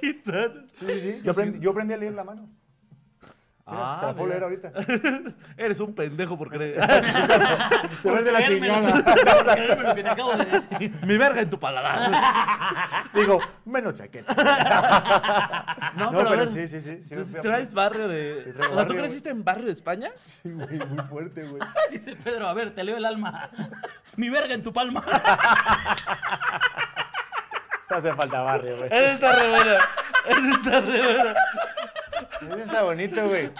Speaker 2: Gitano.
Speaker 3: Sí, sí, sí. Yo aprendí, yo aprendí a leer la mano. Mira, te la puedo leer
Speaker 2: Ah, mira.
Speaker 3: ahorita.
Speaker 2: Eres un pendejo por creer.
Speaker 3: Te ves de la
Speaker 1: Créanme lo que-
Speaker 3: chingada.
Speaker 1: créanme lo que te acabo de decir.
Speaker 2: Mi verga en tu paladar.
Speaker 3: Digo, menos chaqueta.
Speaker 2: No,
Speaker 3: No,
Speaker 2: a
Speaker 3: pero
Speaker 2: ver,
Speaker 3: sí, sí, sí. sí me
Speaker 2: entonces,
Speaker 3: fui a-
Speaker 2: ¿Traes barrio de.?
Speaker 3: Sí, traigo
Speaker 2: O sea, ¿tú
Speaker 3: barrio,
Speaker 2: creciste en barrio de España?
Speaker 3: Sí, güey, muy fuerte, güey.
Speaker 1: Dice Pedro, a ver, te leo el alma. Mi verga en tu palma.
Speaker 3: No hace falta barrio, güey.
Speaker 2: Ese está re bueno. Ese está re bueno.
Speaker 3: Ese Está bonito, güey.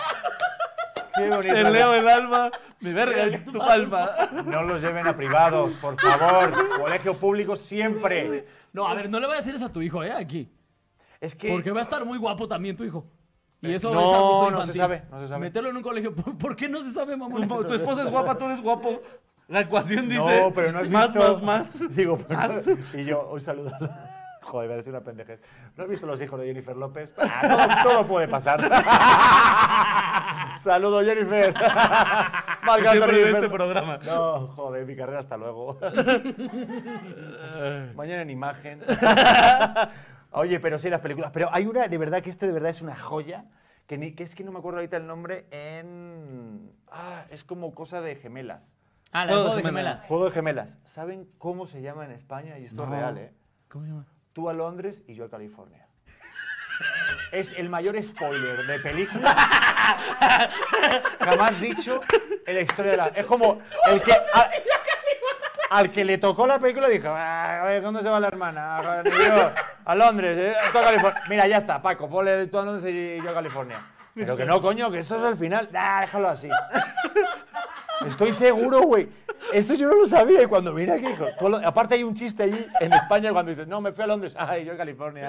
Speaker 3: Qué bonito.
Speaker 2: Te leo el alma, Mi verga, en tu palma.
Speaker 3: No los lleven a privados, por favor. Colegio público siempre.
Speaker 1: No, a ver, no le voy a decir eso a tu hijo, ¿eh? Aquí.
Speaker 3: Es que.
Speaker 1: Porque va a estar muy guapo también tu hijo. Y eso
Speaker 3: Eh, No,
Speaker 1: es abuso
Speaker 3: no se
Speaker 1: infantil.
Speaker 3: sabe, no se sabe.
Speaker 1: Meterlo en un colegio. ¿Por, por qué no se sabe, mamón?
Speaker 2: Tu, tu esposa es guapa, tú eres guapo. La ecuación dice.
Speaker 3: No, pero no has
Speaker 2: Más,
Speaker 3: visto.
Speaker 2: más, más.
Speaker 3: Digo, pero Y yo, un saludo. a la- Joder, voy a decir una pendejez. ¿No has visto los hijos de Jennifer López? Ah, todo, todo puede pasar. Saludo, Jennifer. Mal gato,
Speaker 2: Siempre de
Speaker 3: Jennifer.
Speaker 2: este programa.
Speaker 3: No, joder, mi carrera hasta luego. Mañana en imagen. Oye, pero sí, las películas. Pero hay una, de verdad, que este de verdad es una joya. Que, ni- que es que no me acuerdo ahorita el nombre. En. Ah, es como cosa de gemelas.
Speaker 1: Ah, la de juego de gemelas.
Speaker 3: Juego de gemelas. ¿Saben cómo se llama en España? Y esto es
Speaker 1: No.
Speaker 3: real, ¿eh?
Speaker 1: ¿Cómo se llama?
Speaker 3: Tú a Londres y yo a California. Es el mayor spoiler de película jamás dicho en la historia de la. Es como el que. a- al que le tocó la película dijo, "Ah, a ver, ¿dónde se va la hermana? Ah, A, New York, a Londres, eh, tú a California. Mira, ya está, Paco, ponle tú a Londres y yo a California. Pero que no, coño, que esto es el final. Ah, déjalo así. Estoy seguro, güey. Esto yo no lo sabía. Y cuando mira aquí, dijo, "Tú a Lo-". aparte hay un chiste allí en España cuando dices, no, me fui a Londres. Ay, yo a California.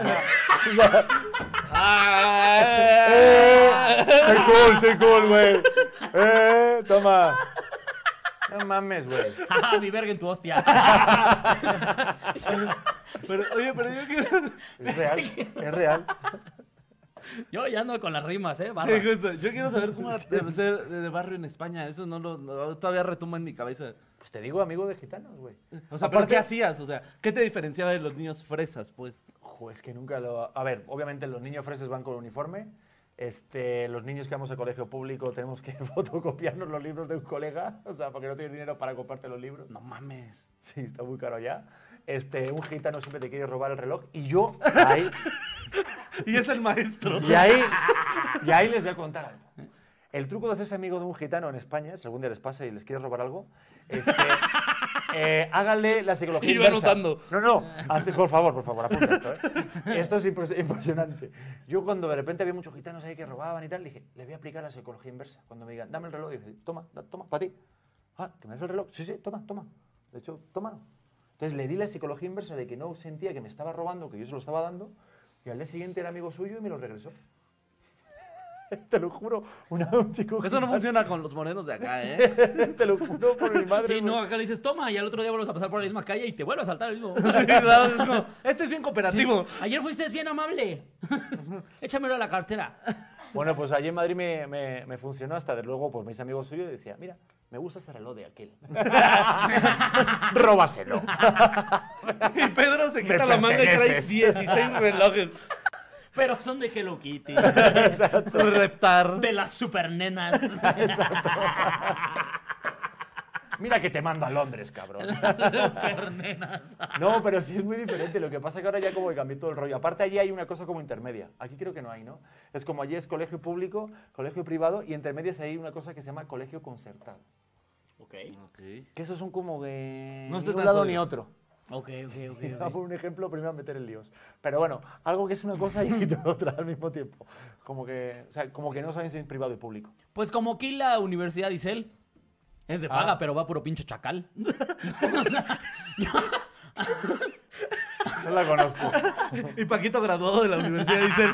Speaker 2: Ah.
Speaker 3: ¡Eh! ¡Soy cool, soy cool, güey! ¡Eh! Toma. No mames, güey.
Speaker 1: Ah, mi verga en tu hostia.
Speaker 2: Pero, oye, pero yo quiero,
Speaker 3: Es real, es real.
Speaker 1: Yo ya ando con las rimas, ¿eh? Barras.
Speaker 2: Sí, justo. yo quiero saber cómo debe ser de de barrio en España. Eso no lo no- todavía retumba en mi cabeza.
Speaker 3: Pues te digo amigo de gitanos, güey.
Speaker 2: O sea, ¿pero
Speaker 3: Aparte-
Speaker 2: qué hacías? O sea, ¿qué te diferenciaba de los niños fresas, pues?
Speaker 3: Jo, es que nunca lo... A ver, obviamente los niños freses van con uniforme. Este, los niños que vamos a colegio público tenemos que fotocopiarnos los libros de un colega, o sea, porque no tienes dinero para comprarte los libros.
Speaker 2: No mames.
Speaker 3: Sí, está muy caro ya. Este, un gitano siempre te quiere robar el reloj y yo ahí
Speaker 2: Y es el maestro.
Speaker 3: Y ahí, y ahí les voy a contar algo. El truco de hacerse amigo de un gitano en España, si algún día les pasa y les quieres robar algo, es que eh, háganle la psicología
Speaker 4: Y yo
Speaker 3: inversa.
Speaker 4: anotando.
Speaker 3: No, no, hace- por favor, por favor, apunta esto. ¿eh? Esto es impres- impresionante. Yo cuando de repente había muchos gitanos ahí que robaban y tal, dije, les voy a aplicar la psicología inversa. Cuando me digan, dame el reloj, dije, toma, da- toma, para ti. Ah, ¿que me das el reloj? Sí, sí, toma, toma. De hecho, tómalo. Entonces le di la psicología inversa de que no sentía que me estaba robando, que yo se lo estaba dando, y al día siguiente era amigo suyo y me lo regresó. Te lo juro, una, un chico.
Speaker 2: Eso no funciona con los morenos de acá, ¿eh?
Speaker 3: Te lo juro por mi madre.
Speaker 1: Sí,
Speaker 3: güey.
Speaker 1: no, acá le dices toma y al otro día vuelves a pasar por la misma calle y te vuelve a saltar el mismo.
Speaker 2: Sí, claro, es como, este es bien cooperativo.
Speaker 1: Ayer fuiste bien amable. Échamelo a la cartera.
Speaker 3: Bueno, pues allí en Madrid me, me- me funcionó hasta de luego, pues mis amigos suyos decía, mira, me gusta ese reloj de aquel. Róbaselo.
Speaker 2: Y Pedro se
Speaker 3: Me
Speaker 2: quita la manga y trae
Speaker 3: perteneces.
Speaker 2: 16 relojes.
Speaker 1: Pero son de Hello Kitty.
Speaker 2: Reptar.
Speaker 1: De las supernenas.
Speaker 3: Mira que te mando a Londres, cabrón.
Speaker 1: supernenas.
Speaker 3: No, pero sí es muy diferente. Lo que pasa es que ahora ya como que cambió todo el rollo. Aparte allí hay una cosa como intermedia. Aquí creo que no hay, ¿no? Es como allí es colegio público, colegio privado y entre medias hay una cosa que se llama colegio concertado.
Speaker 1: Ok.
Speaker 3: Que esos son como de
Speaker 2: No
Speaker 3: ni
Speaker 2: estoy
Speaker 3: un
Speaker 2: tan
Speaker 3: lado
Speaker 2: jodido.
Speaker 3: ni otro.
Speaker 1: Ok, ok, ok.
Speaker 3: Voy a poner un ejemplo, primero a meter en líos. Pero bueno, algo que es una cosa y otra al mismo tiempo. Como que, o sea, como que no saben si es privado y público.
Speaker 1: Pues como aquí la Universidad Isel es de
Speaker 2: Ah.
Speaker 1: paga, pero va puro pinche chacal.
Speaker 3: No la conozco.
Speaker 2: Y Paquito graduado de la universidad dice...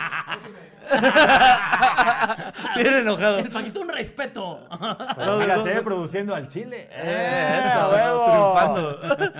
Speaker 2: Bien enojado.
Speaker 3: Eh,
Speaker 1: El paquito un respeto.
Speaker 3: Pero mírate, produciendo al Chile. ¡Eh,
Speaker 2: Eso,
Speaker 3: a huevo!
Speaker 2: triunfando.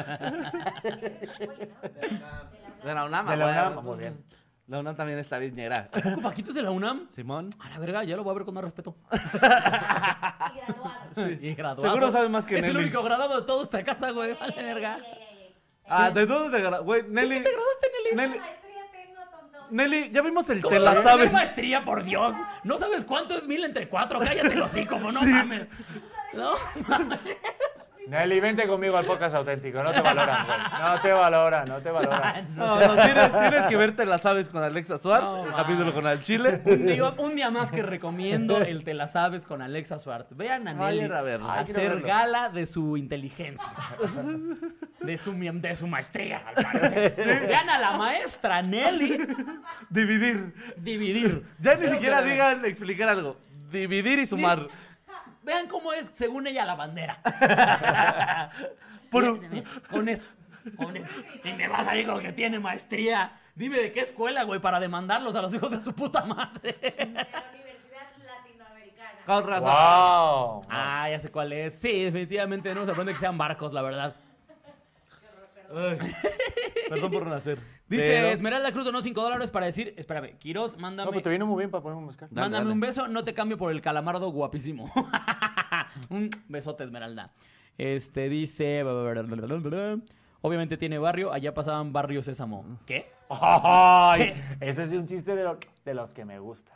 Speaker 2: De la UNAM,
Speaker 3: De la
Speaker 2: güey.
Speaker 3: UNAM, muy bien.
Speaker 2: La UNAM también está viñera.
Speaker 1: ¿Paquito es de la UNAM?
Speaker 2: Simón.
Speaker 1: A la verga, ya lo voy a ver con más respeto.
Speaker 5: Y graduado.
Speaker 1: Y graduado.
Speaker 2: Seguro sabe más que
Speaker 1: Es el
Speaker 2: Nelly.
Speaker 1: único graduado de toda esta casa, güey. Vale, verga.
Speaker 5: Ey, ey, ey,
Speaker 2: Ah, ¿de dónde te graduaste? Güey, Nelly.
Speaker 1: ¿Qué te graduaste, Nelly?
Speaker 5: ey.
Speaker 2: Nelly,
Speaker 5: Maestría tengo, tonto.
Speaker 2: Nelly, ya vimos el
Speaker 1: ¿Cómo
Speaker 2: te la
Speaker 1: vas a tener
Speaker 2: sabes.
Speaker 1: maestría, por Dios? No sabes cuánto es mil entre cuatro. Cállate los como no mames. No,
Speaker 3: Nelly, vente conmigo al podcast auténtico. No te valoran, güey. No te valoran, no te valoran.
Speaker 2: No, no, tienes, tienes que ver Te la sabes con Alexa Suárez,
Speaker 1: No,
Speaker 2: el capítulo
Speaker 1: man.
Speaker 2: con Al Chile.
Speaker 1: un, día, un día más que recomiendo el Te la sabes con Alexa Suart. Vean a
Speaker 2: Voy
Speaker 1: Nelly
Speaker 2: a ir a verlo.
Speaker 1: a
Speaker 3: Ay, quiero
Speaker 1: hacer
Speaker 3: verlo.
Speaker 1: gala de su inteligencia. De su, miem- de su maestría, al parecer. Vean a la maestra Nelly
Speaker 2: Dividir.
Speaker 1: dividir.
Speaker 2: Ya ni siquiera digan explicar algo. Dividir y sumar.
Speaker 1: Vean cómo es, según ella, la bandera. Con eso. Con eso. Y me vas a ir con que tiene maestría. Dime de qué escuela, güey, para demandarlos a los hijos de su puta madre.
Speaker 5: de la Universidad Latinoamericana.
Speaker 2: Con razón.
Speaker 3: ¡Wow!
Speaker 1: Ah, ya sé cuál es. Sí, definitivamente no nos sorprende que sean barcos, la verdad.
Speaker 2: Ay, perdón por nacer.
Speaker 1: Dice
Speaker 2: Pero-
Speaker 1: Esmeralda Cruz donó 5 dólares para decir, espérame, Quiroz, mándame,
Speaker 3: No, pero Ah, pues te viene muy bien para poner un mezcal.
Speaker 2: Dale,
Speaker 1: mándame
Speaker 2: dale.
Speaker 1: un beso, no te cambio por el calamardo guapísimo. un besote, Esmeralda. Este dice, obviamente tiene barrio, allá pasaban barrio Sésamo. ¿Qué?
Speaker 3: ¡Ay! Este es un chiste de, lo- de los que me gusta.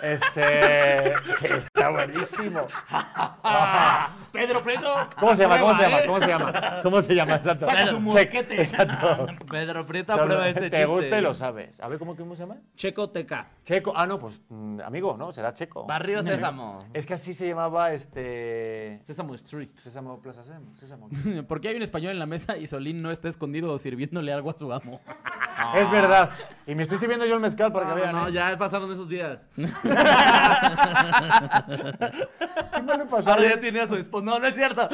Speaker 3: Este. sí, está buenísimo.
Speaker 1: Pedro Prieto.
Speaker 3: ¿Cómo se llama? ¿Cómo se
Speaker 1: prueba,
Speaker 3: llama?
Speaker 1: ¿eh?
Speaker 3: ¿Cómo se llama? ¿Cómo se llama? Exacto.
Speaker 1: Saca su
Speaker 3: Check.
Speaker 1: mosquete.
Speaker 3: Exacto.
Speaker 2: Pedro Prieto
Speaker 3: Sobre-
Speaker 2: aprueba este
Speaker 3: te
Speaker 2: chiste.
Speaker 3: gusta y lo sabes. A ver, ¿cómo, cómo se llama?
Speaker 1: Checoteca.
Speaker 3: Checo. Ah, no, pues mm, amigo, ¿no? Será Checo.
Speaker 2: Barrio Sésamo.
Speaker 3: Es que así se llamaba este.
Speaker 2: Sésamo Street.
Speaker 3: Sésamo Plaza Sésamo. Sésamo.
Speaker 1: ¿Por qué hay un español en la mesa y Solín no está escondido sirviéndole algo a su amo?
Speaker 3: Es verdad. Y me estoy sirviendo yo el mezcal para que
Speaker 2: Ah. No,
Speaker 3: vean.
Speaker 2: no,
Speaker 3: ¿eh?
Speaker 2: Ah, ya pasaron esos días.
Speaker 3: ¿Qué me lo pasó?
Speaker 2: Ahora ya tiene a su esposa. No, no es cierto.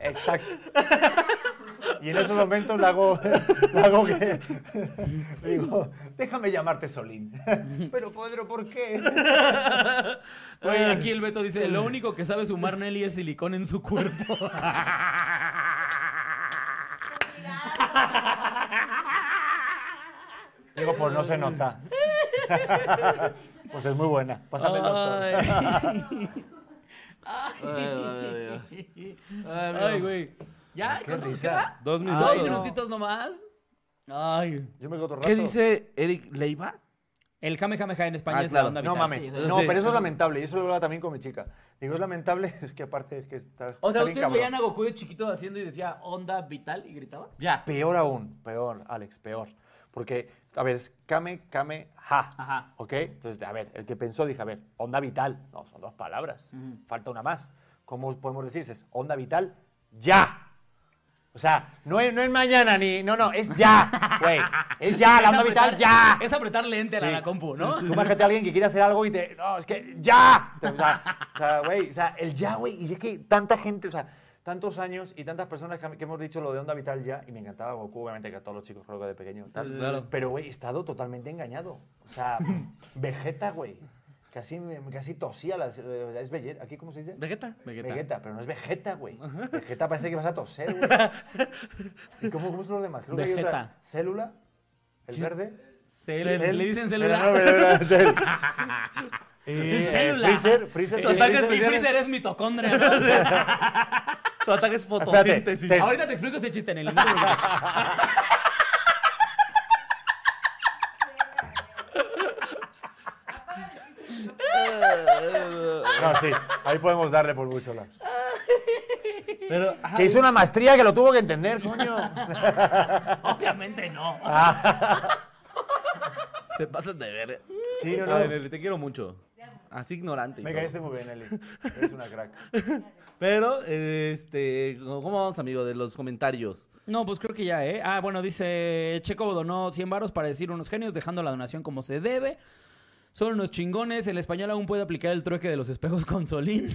Speaker 3: Exacto. Y en esos momentos le hago, le hago que. le digo, déjame llamarte Solín. Pero Pedro, ¿por qué?
Speaker 1: Oye,
Speaker 3: Ah.
Speaker 1: aquí el Beto dice, lo único que sabe sumar Nelly es silicón en su cuerpo.
Speaker 3: Digo, pues no se nota. Pues es muy buena. Pásame el doctor.
Speaker 1: Ay,
Speaker 2: Ay,
Speaker 1: Ay, güey. ¿Ya? ¿Cuánto nos
Speaker 3: risa.
Speaker 1: queda?
Speaker 2: Dos
Speaker 1: Dos
Speaker 3: Ah,
Speaker 2: minutos.
Speaker 1: minutitos nomás. Ay.
Speaker 3: Yo me quedo otro rato.
Speaker 2: ¿Qué dice Eric Leiva?
Speaker 1: El Kamehameha en España
Speaker 2: Ah,
Speaker 1: es
Speaker 2: claro.
Speaker 1: la onda
Speaker 3: No
Speaker 1: vital.
Speaker 3: mames.
Speaker 1: Sí.
Speaker 3: no,
Speaker 2: sí.
Speaker 3: pero eso es lamentable. Y eso lo hablaba también con mi chica. Digo, es lamentable. Es que aparte es que está.
Speaker 1: O sea,
Speaker 3: está bien
Speaker 1: ¿ustedes
Speaker 3: cabrón.
Speaker 1: veían a Goku de chiquito haciendo y decía onda vital y gritaba?
Speaker 2: Ya.
Speaker 3: Peor aún, peor, Alex, peor. Porque, a ver, es Kame, Kame, Ja.
Speaker 1: Ajá.
Speaker 3: ¿Ok? Entonces, a ver, el que pensó, dije, a ver, onda vital. No, son dos palabras. Falta una más. ¿Cómo podemos decir? Es onda vital, ya. O sea, no es, no es mañana ni. No, no, es ya, güey. Es ya, Ah,
Speaker 1: Es
Speaker 3: la onda
Speaker 1: apretar-
Speaker 3: vital, ya.
Speaker 1: Es apretarle enter a
Speaker 3: Sí.
Speaker 1: la compu, ¿no?
Speaker 3: Tú imagínate a alguien que quiere hacer algo y te. No, es que ya. O sea, o sea, güey, o sea, el ya, güey. Y es que tanta gente, o sea, tantos años y tantas personas que, han- que hemos dicho lo de Onda Vital ya. Y me encantaba Goku, obviamente, que a todos los chicos creo que de pequeño. tal.
Speaker 1: sí, claro.
Speaker 3: Pero, güey, he estado totalmente engañado. O sea, Vegeta, güey. Casi, me- casi tosía. Las, eh, es Vegeta. ¿Aquí cómo se dice?
Speaker 2: ¿Vegeta?
Speaker 1: Vegeta.
Speaker 3: Vegeta, pero no es Vegeta, güey. Vegeta parece que vas a toser, güey. ¿Y cómo, cómo son los demás? Creo que hay otra-
Speaker 1: Vegeta.
Speaker 3: ¿Célula? ¿El verde?
Speaker 1: Cel-
Speaker 3: Cel- Ah,
Speaker 1: le dicen
Speaker 3: No,
Speaker 1: celular.
Speaker 3: no, no, no, cel. Y, eh,
Speaker 1: Célula.
Speaker 3: Freezer, Freezer.
Speaker 2: Su ataque
Speaker 1: Mi
Speaker 2: especial.
Speaker 1: freezer es mitocondria, ¿no?
Speaker 2: Su ataque es
Speaker 3: Espérate,
Speaker 2: fotosíntesis.
Speaker 3: ten.
Speaker 1: Ahorita te explico ese chiste en el minuto. porque-
Speaker 3: No, sí, ahí podemos darle por mucho lados.
Speaker 2: Pero, ajá,
Speaker 3: Que hizo una maestría que lo tuvo que entender, coño.
Speaker 1: Obviamente no.
Speaker 2: se pasan de ver.
Speaker 3: Sí, no,
Speaker 2: A ver,
Speaker 3: no.
Speaker 2: Nelly, Ah, te quiero mucho. Así ignorante. y
Speaker 3: Me
Speaker 2: todo.
Speaker 3: caíste muy bien, Eli. Eres una crack.
Speaker 2: Pero, este, ¿cómo vamos, amigo? De los comentarios.
Speaker 1: No, pues creo que ya, ¿eh? Ah, bueno, dice Checo donó 100 varos para decir unos genios, dejando la donación como se debe. Son unos chingones. El español aún puede aplicar el trueque de los espejos con Solín.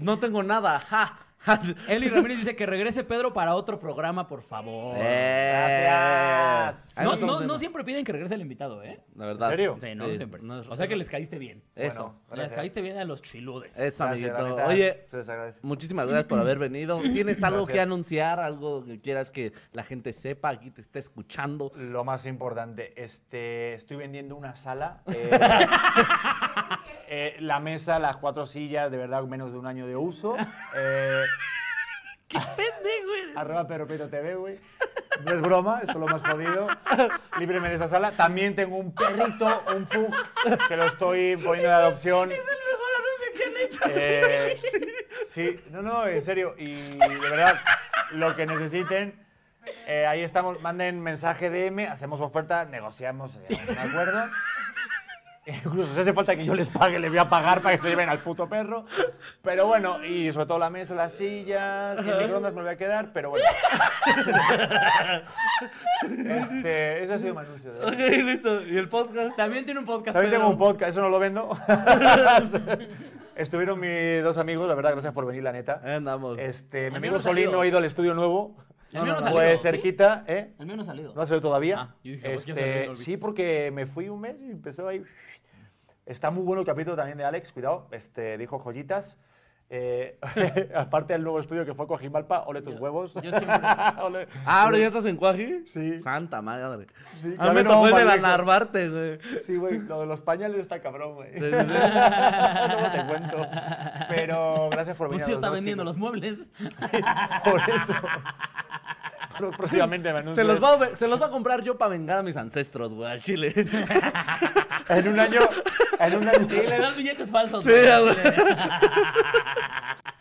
Speaker 2: No tengo nada, ja. ja.
Speaker 1: Eli Ramírez dice que regrese Pedro para otro programa, por favor.
Speaker 3: Oh, Gracias.
Speaker 2: Eh, Ahí
Speaker 1: No,
Speaker 2: nos estamos
Speaker 1: no, no
Speaker 2: viendo.
Speaker 1: siempre piden que regrese el invitado, ¿eh?
Speaker 2: La verdad.
Speaker 3: ¿En serio?
Speaker 1: Sí, no
Speaker 2: Sí,
Speaker 1: siempre.
Speaker 2: no es-
Speaker 1: o sea que les caíste bien.
Speaker 2: Eso.
Speaker 3: Bueno,
Speaker 1: Les
Speaker 3: gracias.
Speaker 1: caíste bien a los chiludes.
Speaker 2: Eso,
Speaker 3: Gracias, la
Speaker 2: amiguito.
Speaker 3: neta,
Speaker 2: Oye,
Speaker 3: Se les agradece.
Speaker 2: muchísimas gracias por haber venido. ¿Tienes algo que
Speaker 3: Gracias.
Speaker 2: anunciar? ¿Algo que quieras que la gente sepa? Aquí te está escuchando.
Speaker 3: Lo más importante, este, estoy vendiendo una sala. eh, eh, la mesa, las cuatro sillas, de verdad, menos de un año de uso. Eh,
Speaker 1: ¡Qué pendejo eres!
Speaker 3: Arroba Pedro Prieto TV, güey. No es broma, esto es lo más jodido. Líbreme de esa sala. También tengo un perrito, un pug, que lo estoy poniendo de adopción.
Speaker 1: Es el mejor anuncio que han hecho.
Speaker 3: Eh, sí, no, no, en serio. Y de verdad, lo que necesiten, eh, ahí estamos. Manden mensaje DM, hacemos oferta, negociamos, llegamos a un acuerdo. eh, Incluso si hace falta que yo les pague, le voy a pagar para que se lleven al puto perro. Pero bueno, y sobre todo la mesa, las sillas, el microondas me lo voy a quedar, pero bueno. este, ese ha sido mi anuncio. de hoy.
Speaker 2: Ok, listo. ¿Y el podcast?
Speaker 1: También tiene un podcast.
Speaker 3: También
Speaker 1: Pedro.
Speaker 3: tengo un podcast, eso no lo vendo. Estuvieron mis dos amigos, la verdad, gracias por venir, la neta.
Speaker 2: Ahí andamos.
Speaker 3: Este,
Speaker 1: El
Speaker 3: mi
Speaker 1: mío no
Speaker 3: amigo Solino
Speaker 1: salió.
Speaker 3: ha ido al estudio nuevo.
Speaker 1: El mío no salió,
Speaker 3: Pues
Speaker 1: ¿sí?
Speaker 3: cerquita, ¿eh?
Speaker 1: El mío no ha salido.
Speaker 3: No ha salido todavía.
Speaker 1: Ah, yo dije, pues, ya
Speaker 3: Este,
Speaker 1: salió, no olvidé.
Speaker 3: sí, porque me fui un mes y empezó ahí. Está muy bueno el capítulo también de Alex, cuidado. Este, dijo joyitas. Eh, aparte del nuevo estudio que fue Cojimalpa, ole tus
Speaker 1: Yo-
Speaker 3: huevos.
Speaker 1: yo siempre-
Speaker 3: Ole.
Speaker 2: Ah, ¿ahora ya estás en Cuaji?
Speaker 3: Sí.
Speaker 2: Santa madre.
Speaker 3: Sí,
Speaker 2: A mí
Speaker 3: ya
Speaker 2: me
Speaker 3: me
Speaker 2: tocó el de
Speaker 3: tomo
Speaker 2: la
Speaker 3: barbijo.
Speaker 2: Narvarte, güey.
Speaker 3: Sí, güey, lo de los pañales está cabrón, güey.
Speaker 2: Sí, sí,
Speaker 3: no te cuento. Pero gracias por
Speaker 1: Pues
Speaker 3: venir. a
Speaker 1: sí,
Speaker 3: los
Speaker 1: está
Speaker 3: dos,
Speaker 1: vendiendo los
Speaker 3: chicos.
Speaker 1: muebles.
Speaker 3: Por eso. Pero próximamente me anuncio.
Speaker 2: Se los, va a, ve- se los va a comprar yo para vengar a mis ancestros, güey, al chile.
Speaker 3: En un año. En un año.
Speaker 1: Le das billetes falsos.
Speaker 2: Sí,
Speaker 1: güey.
Speaker 2: güey.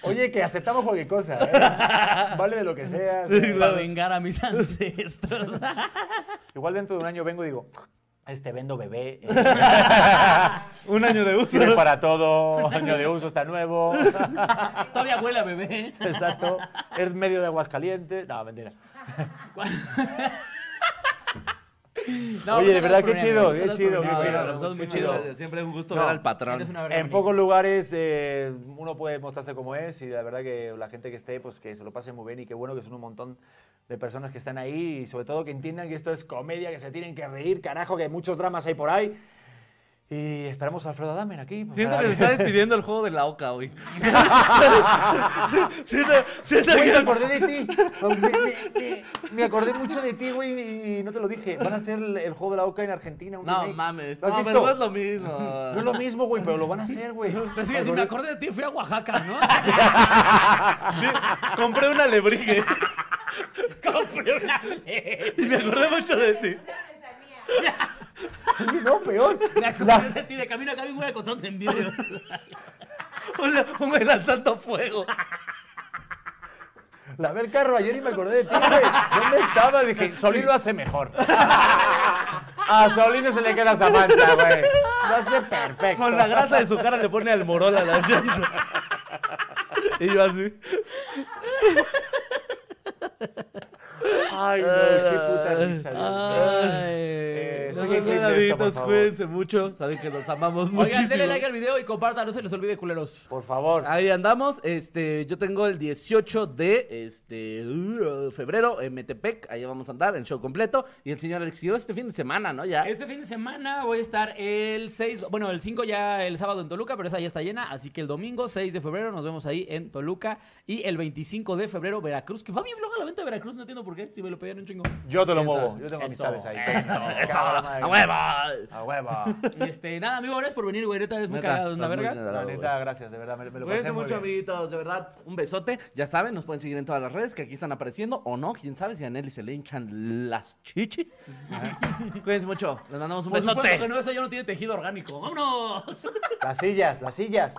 Speaker 3: Oye, que aceptamos cualquier cosa, ¿eh? Vale de lo que sea.
Speaker 2: Sí,
Speaker 3: sí.
Speaker 2: claro.
Speaker 1: Para vengar a mis ancestros.
Speaker 3: Igual dentro de un año vengo y digo, este vendo bebé. eh,
Speaker 2: Un año de uso.
Speaker 3: Sirve para todo, año de uso está nuevo.
Speaker 1: Todavía huele a bebé.
Speaker 3: Exacto. Es medio de aguas calientes. No, mentira.
Speaker 1: No,
Speaker 3: Oye,
Speaker 1: muchas gracias
Speaker 3: de verdad,
Speaker 1: por
Speaker 3: qué
Speaker 1: venir,
Speaker 3: chido,
Speaker 1: amigo.
Speaker 3: qué
Speaker 1: Muchas gracias
Speaker 3: chido,
Speaker 1: por
Speaker 3: qué
Speaker 1: venir.
Speaker 3: chido.
Speaker 1: No, no, no, pasamos pues, muy
Speaker 2: Muchísimas
Speaker 1: chido.
Speaker 2: gracias, Siempre es un gusto
Speaker 3: No,
Speaker 2: ver al
Speaker 1: Eres una
Speaker 2: patrón.
Speaker 1: verga,
Speaker 3: En
Speaker 1: Miguel.
Speaker 3: pocos lugares eh, uno puede mostrarse como es y la verdad que la gente que esté, pues que se lo pase muy bien y qué bueno que son un montón de personas que están ahí y sobre todo que entiendan que esto es comedia, que se tienen que reír, carajo, que hay muchos dramas ahí por ahí. Y esperamos a Alfredo Adamer aquí. pues,
Speaker 2: Siento
Speaker 3: para
Speaker 2: que se está despidiendo el juego de la oca hoy. siento, siento
Speaker 3: Güey, me
Speaker 2: que...
Speaker 3: acordé de ti. Oh, Me, me- me- me acordé mucho de ti, güey, y no te lo dije. Van a hacer el, el juego de la OCA en Argentina. un
Speaker 2: No
Speaker 3: remake.
Speaker 2: mames,
Speaker 3: ¿Lo has
Speaker 2: no,
Speaker 3: visto?
Speaker 2: pero no es lo mismo.
Speaker 3: No es lo mismo, güey, pero lo van a hacer, güey.
Speaker 1: Pero Pues, sí, si me acordé de ti, fui a Oaxaca, ¿no?
Speaker 2: Compré una lebrigue
Speaker 1: Compré una leche.
Speaker 2: y me acordé mucho de ti.
Speaker 3: No, peor.
Speaker 1: Me acordé de ti de camino acá, mi güey, con tantos envidios.
Speaker 2: Un, un güey lanzando fuego.
Speaker 3: La ver carro ayer y me acordé de ti, güey. ¿Dónde estaba? Dije, Solín lo hace mejor. A Solín no se le queda esa mancha, güey. Lo hace perfecto.
Speaker 2: Con la grasa de su cara le pone al morol a la llanta. Y yo así.
Speaker 3: Ay, güey, qué puta risa. Dios mío.
Speaker 1: Ay.
Speaker 3: Eh,
Speaker 2: No,
Speaker 3: soy el clip de esto, por
Speaker 2: amiguitos,
Speaker 3: favor.
Speaker 2: cuídense mucho. Saben que los amamos muchísimo.
Speaker 1: Oigan, denle like al video y compartan, no se les olvide, culeros.
Speaker 3: Por favor.
Speaker 2: Ahí andamos. Este, yo tengo el 18 de este uh, febrero en Metepec. Ahí vamos a andar, el show completo. Y el señor Alex Quiroz este fin de semana, ¿no? Ya.
Speaker 1: Este fin de semana voy a estar el 6, bueno, el 5 ya el sábado en Toluca, pero esa ya está llena, así que el domingo 6 de febrero nos vemos ahí en Toluca y el 25 de febrero Veracruz, que va bien floja la venta de Veracruz, no entiendo por qué, si me lo pedían un chingo.
Speaker 3: Yo te lo
Speaker 2: Eso,
Speaker 3: muevo. Yo tengo
Speaker 1: eso,
Speaker 3: amistades ahí.
Speaker 1: eso,
Speaker 2: Eso,
Speaker 3: Cámara, madre.
Speaker 2: a huevo.
Speaker 3: A huevo.
Speaker 1: Y este, nada, amigo, gracias por venir, güey, neta eres muy
Speaker 2: Neta,
Speaker 1: cagado, es una
Speaker 2: estás muy
Speaker 1: verga.
Speaker 2: cagado.
Speaker 3: La neta, gracias, de verdad, me, me lo pasé
Speaker 2: Cuídense
Speaker 3: muy
Speaker 2: mucho,
Speaker 3: bien.
Speaker 2: amiguitos, de verdad, un besote. Ya saben, nos pueden seguir en todas las redes que aquí están apareciendo o no, quién sabe si a Nelly se le hinchan las chichis. Cuídense mucho, les mandamos un
Speaker 1: Por supuesto
Speaker 2: besote.
Speaker 1: que no, eso ya no tiene tejido orgánico. ¡Vámonos!
Speaker 3: Las sillas, las sillas.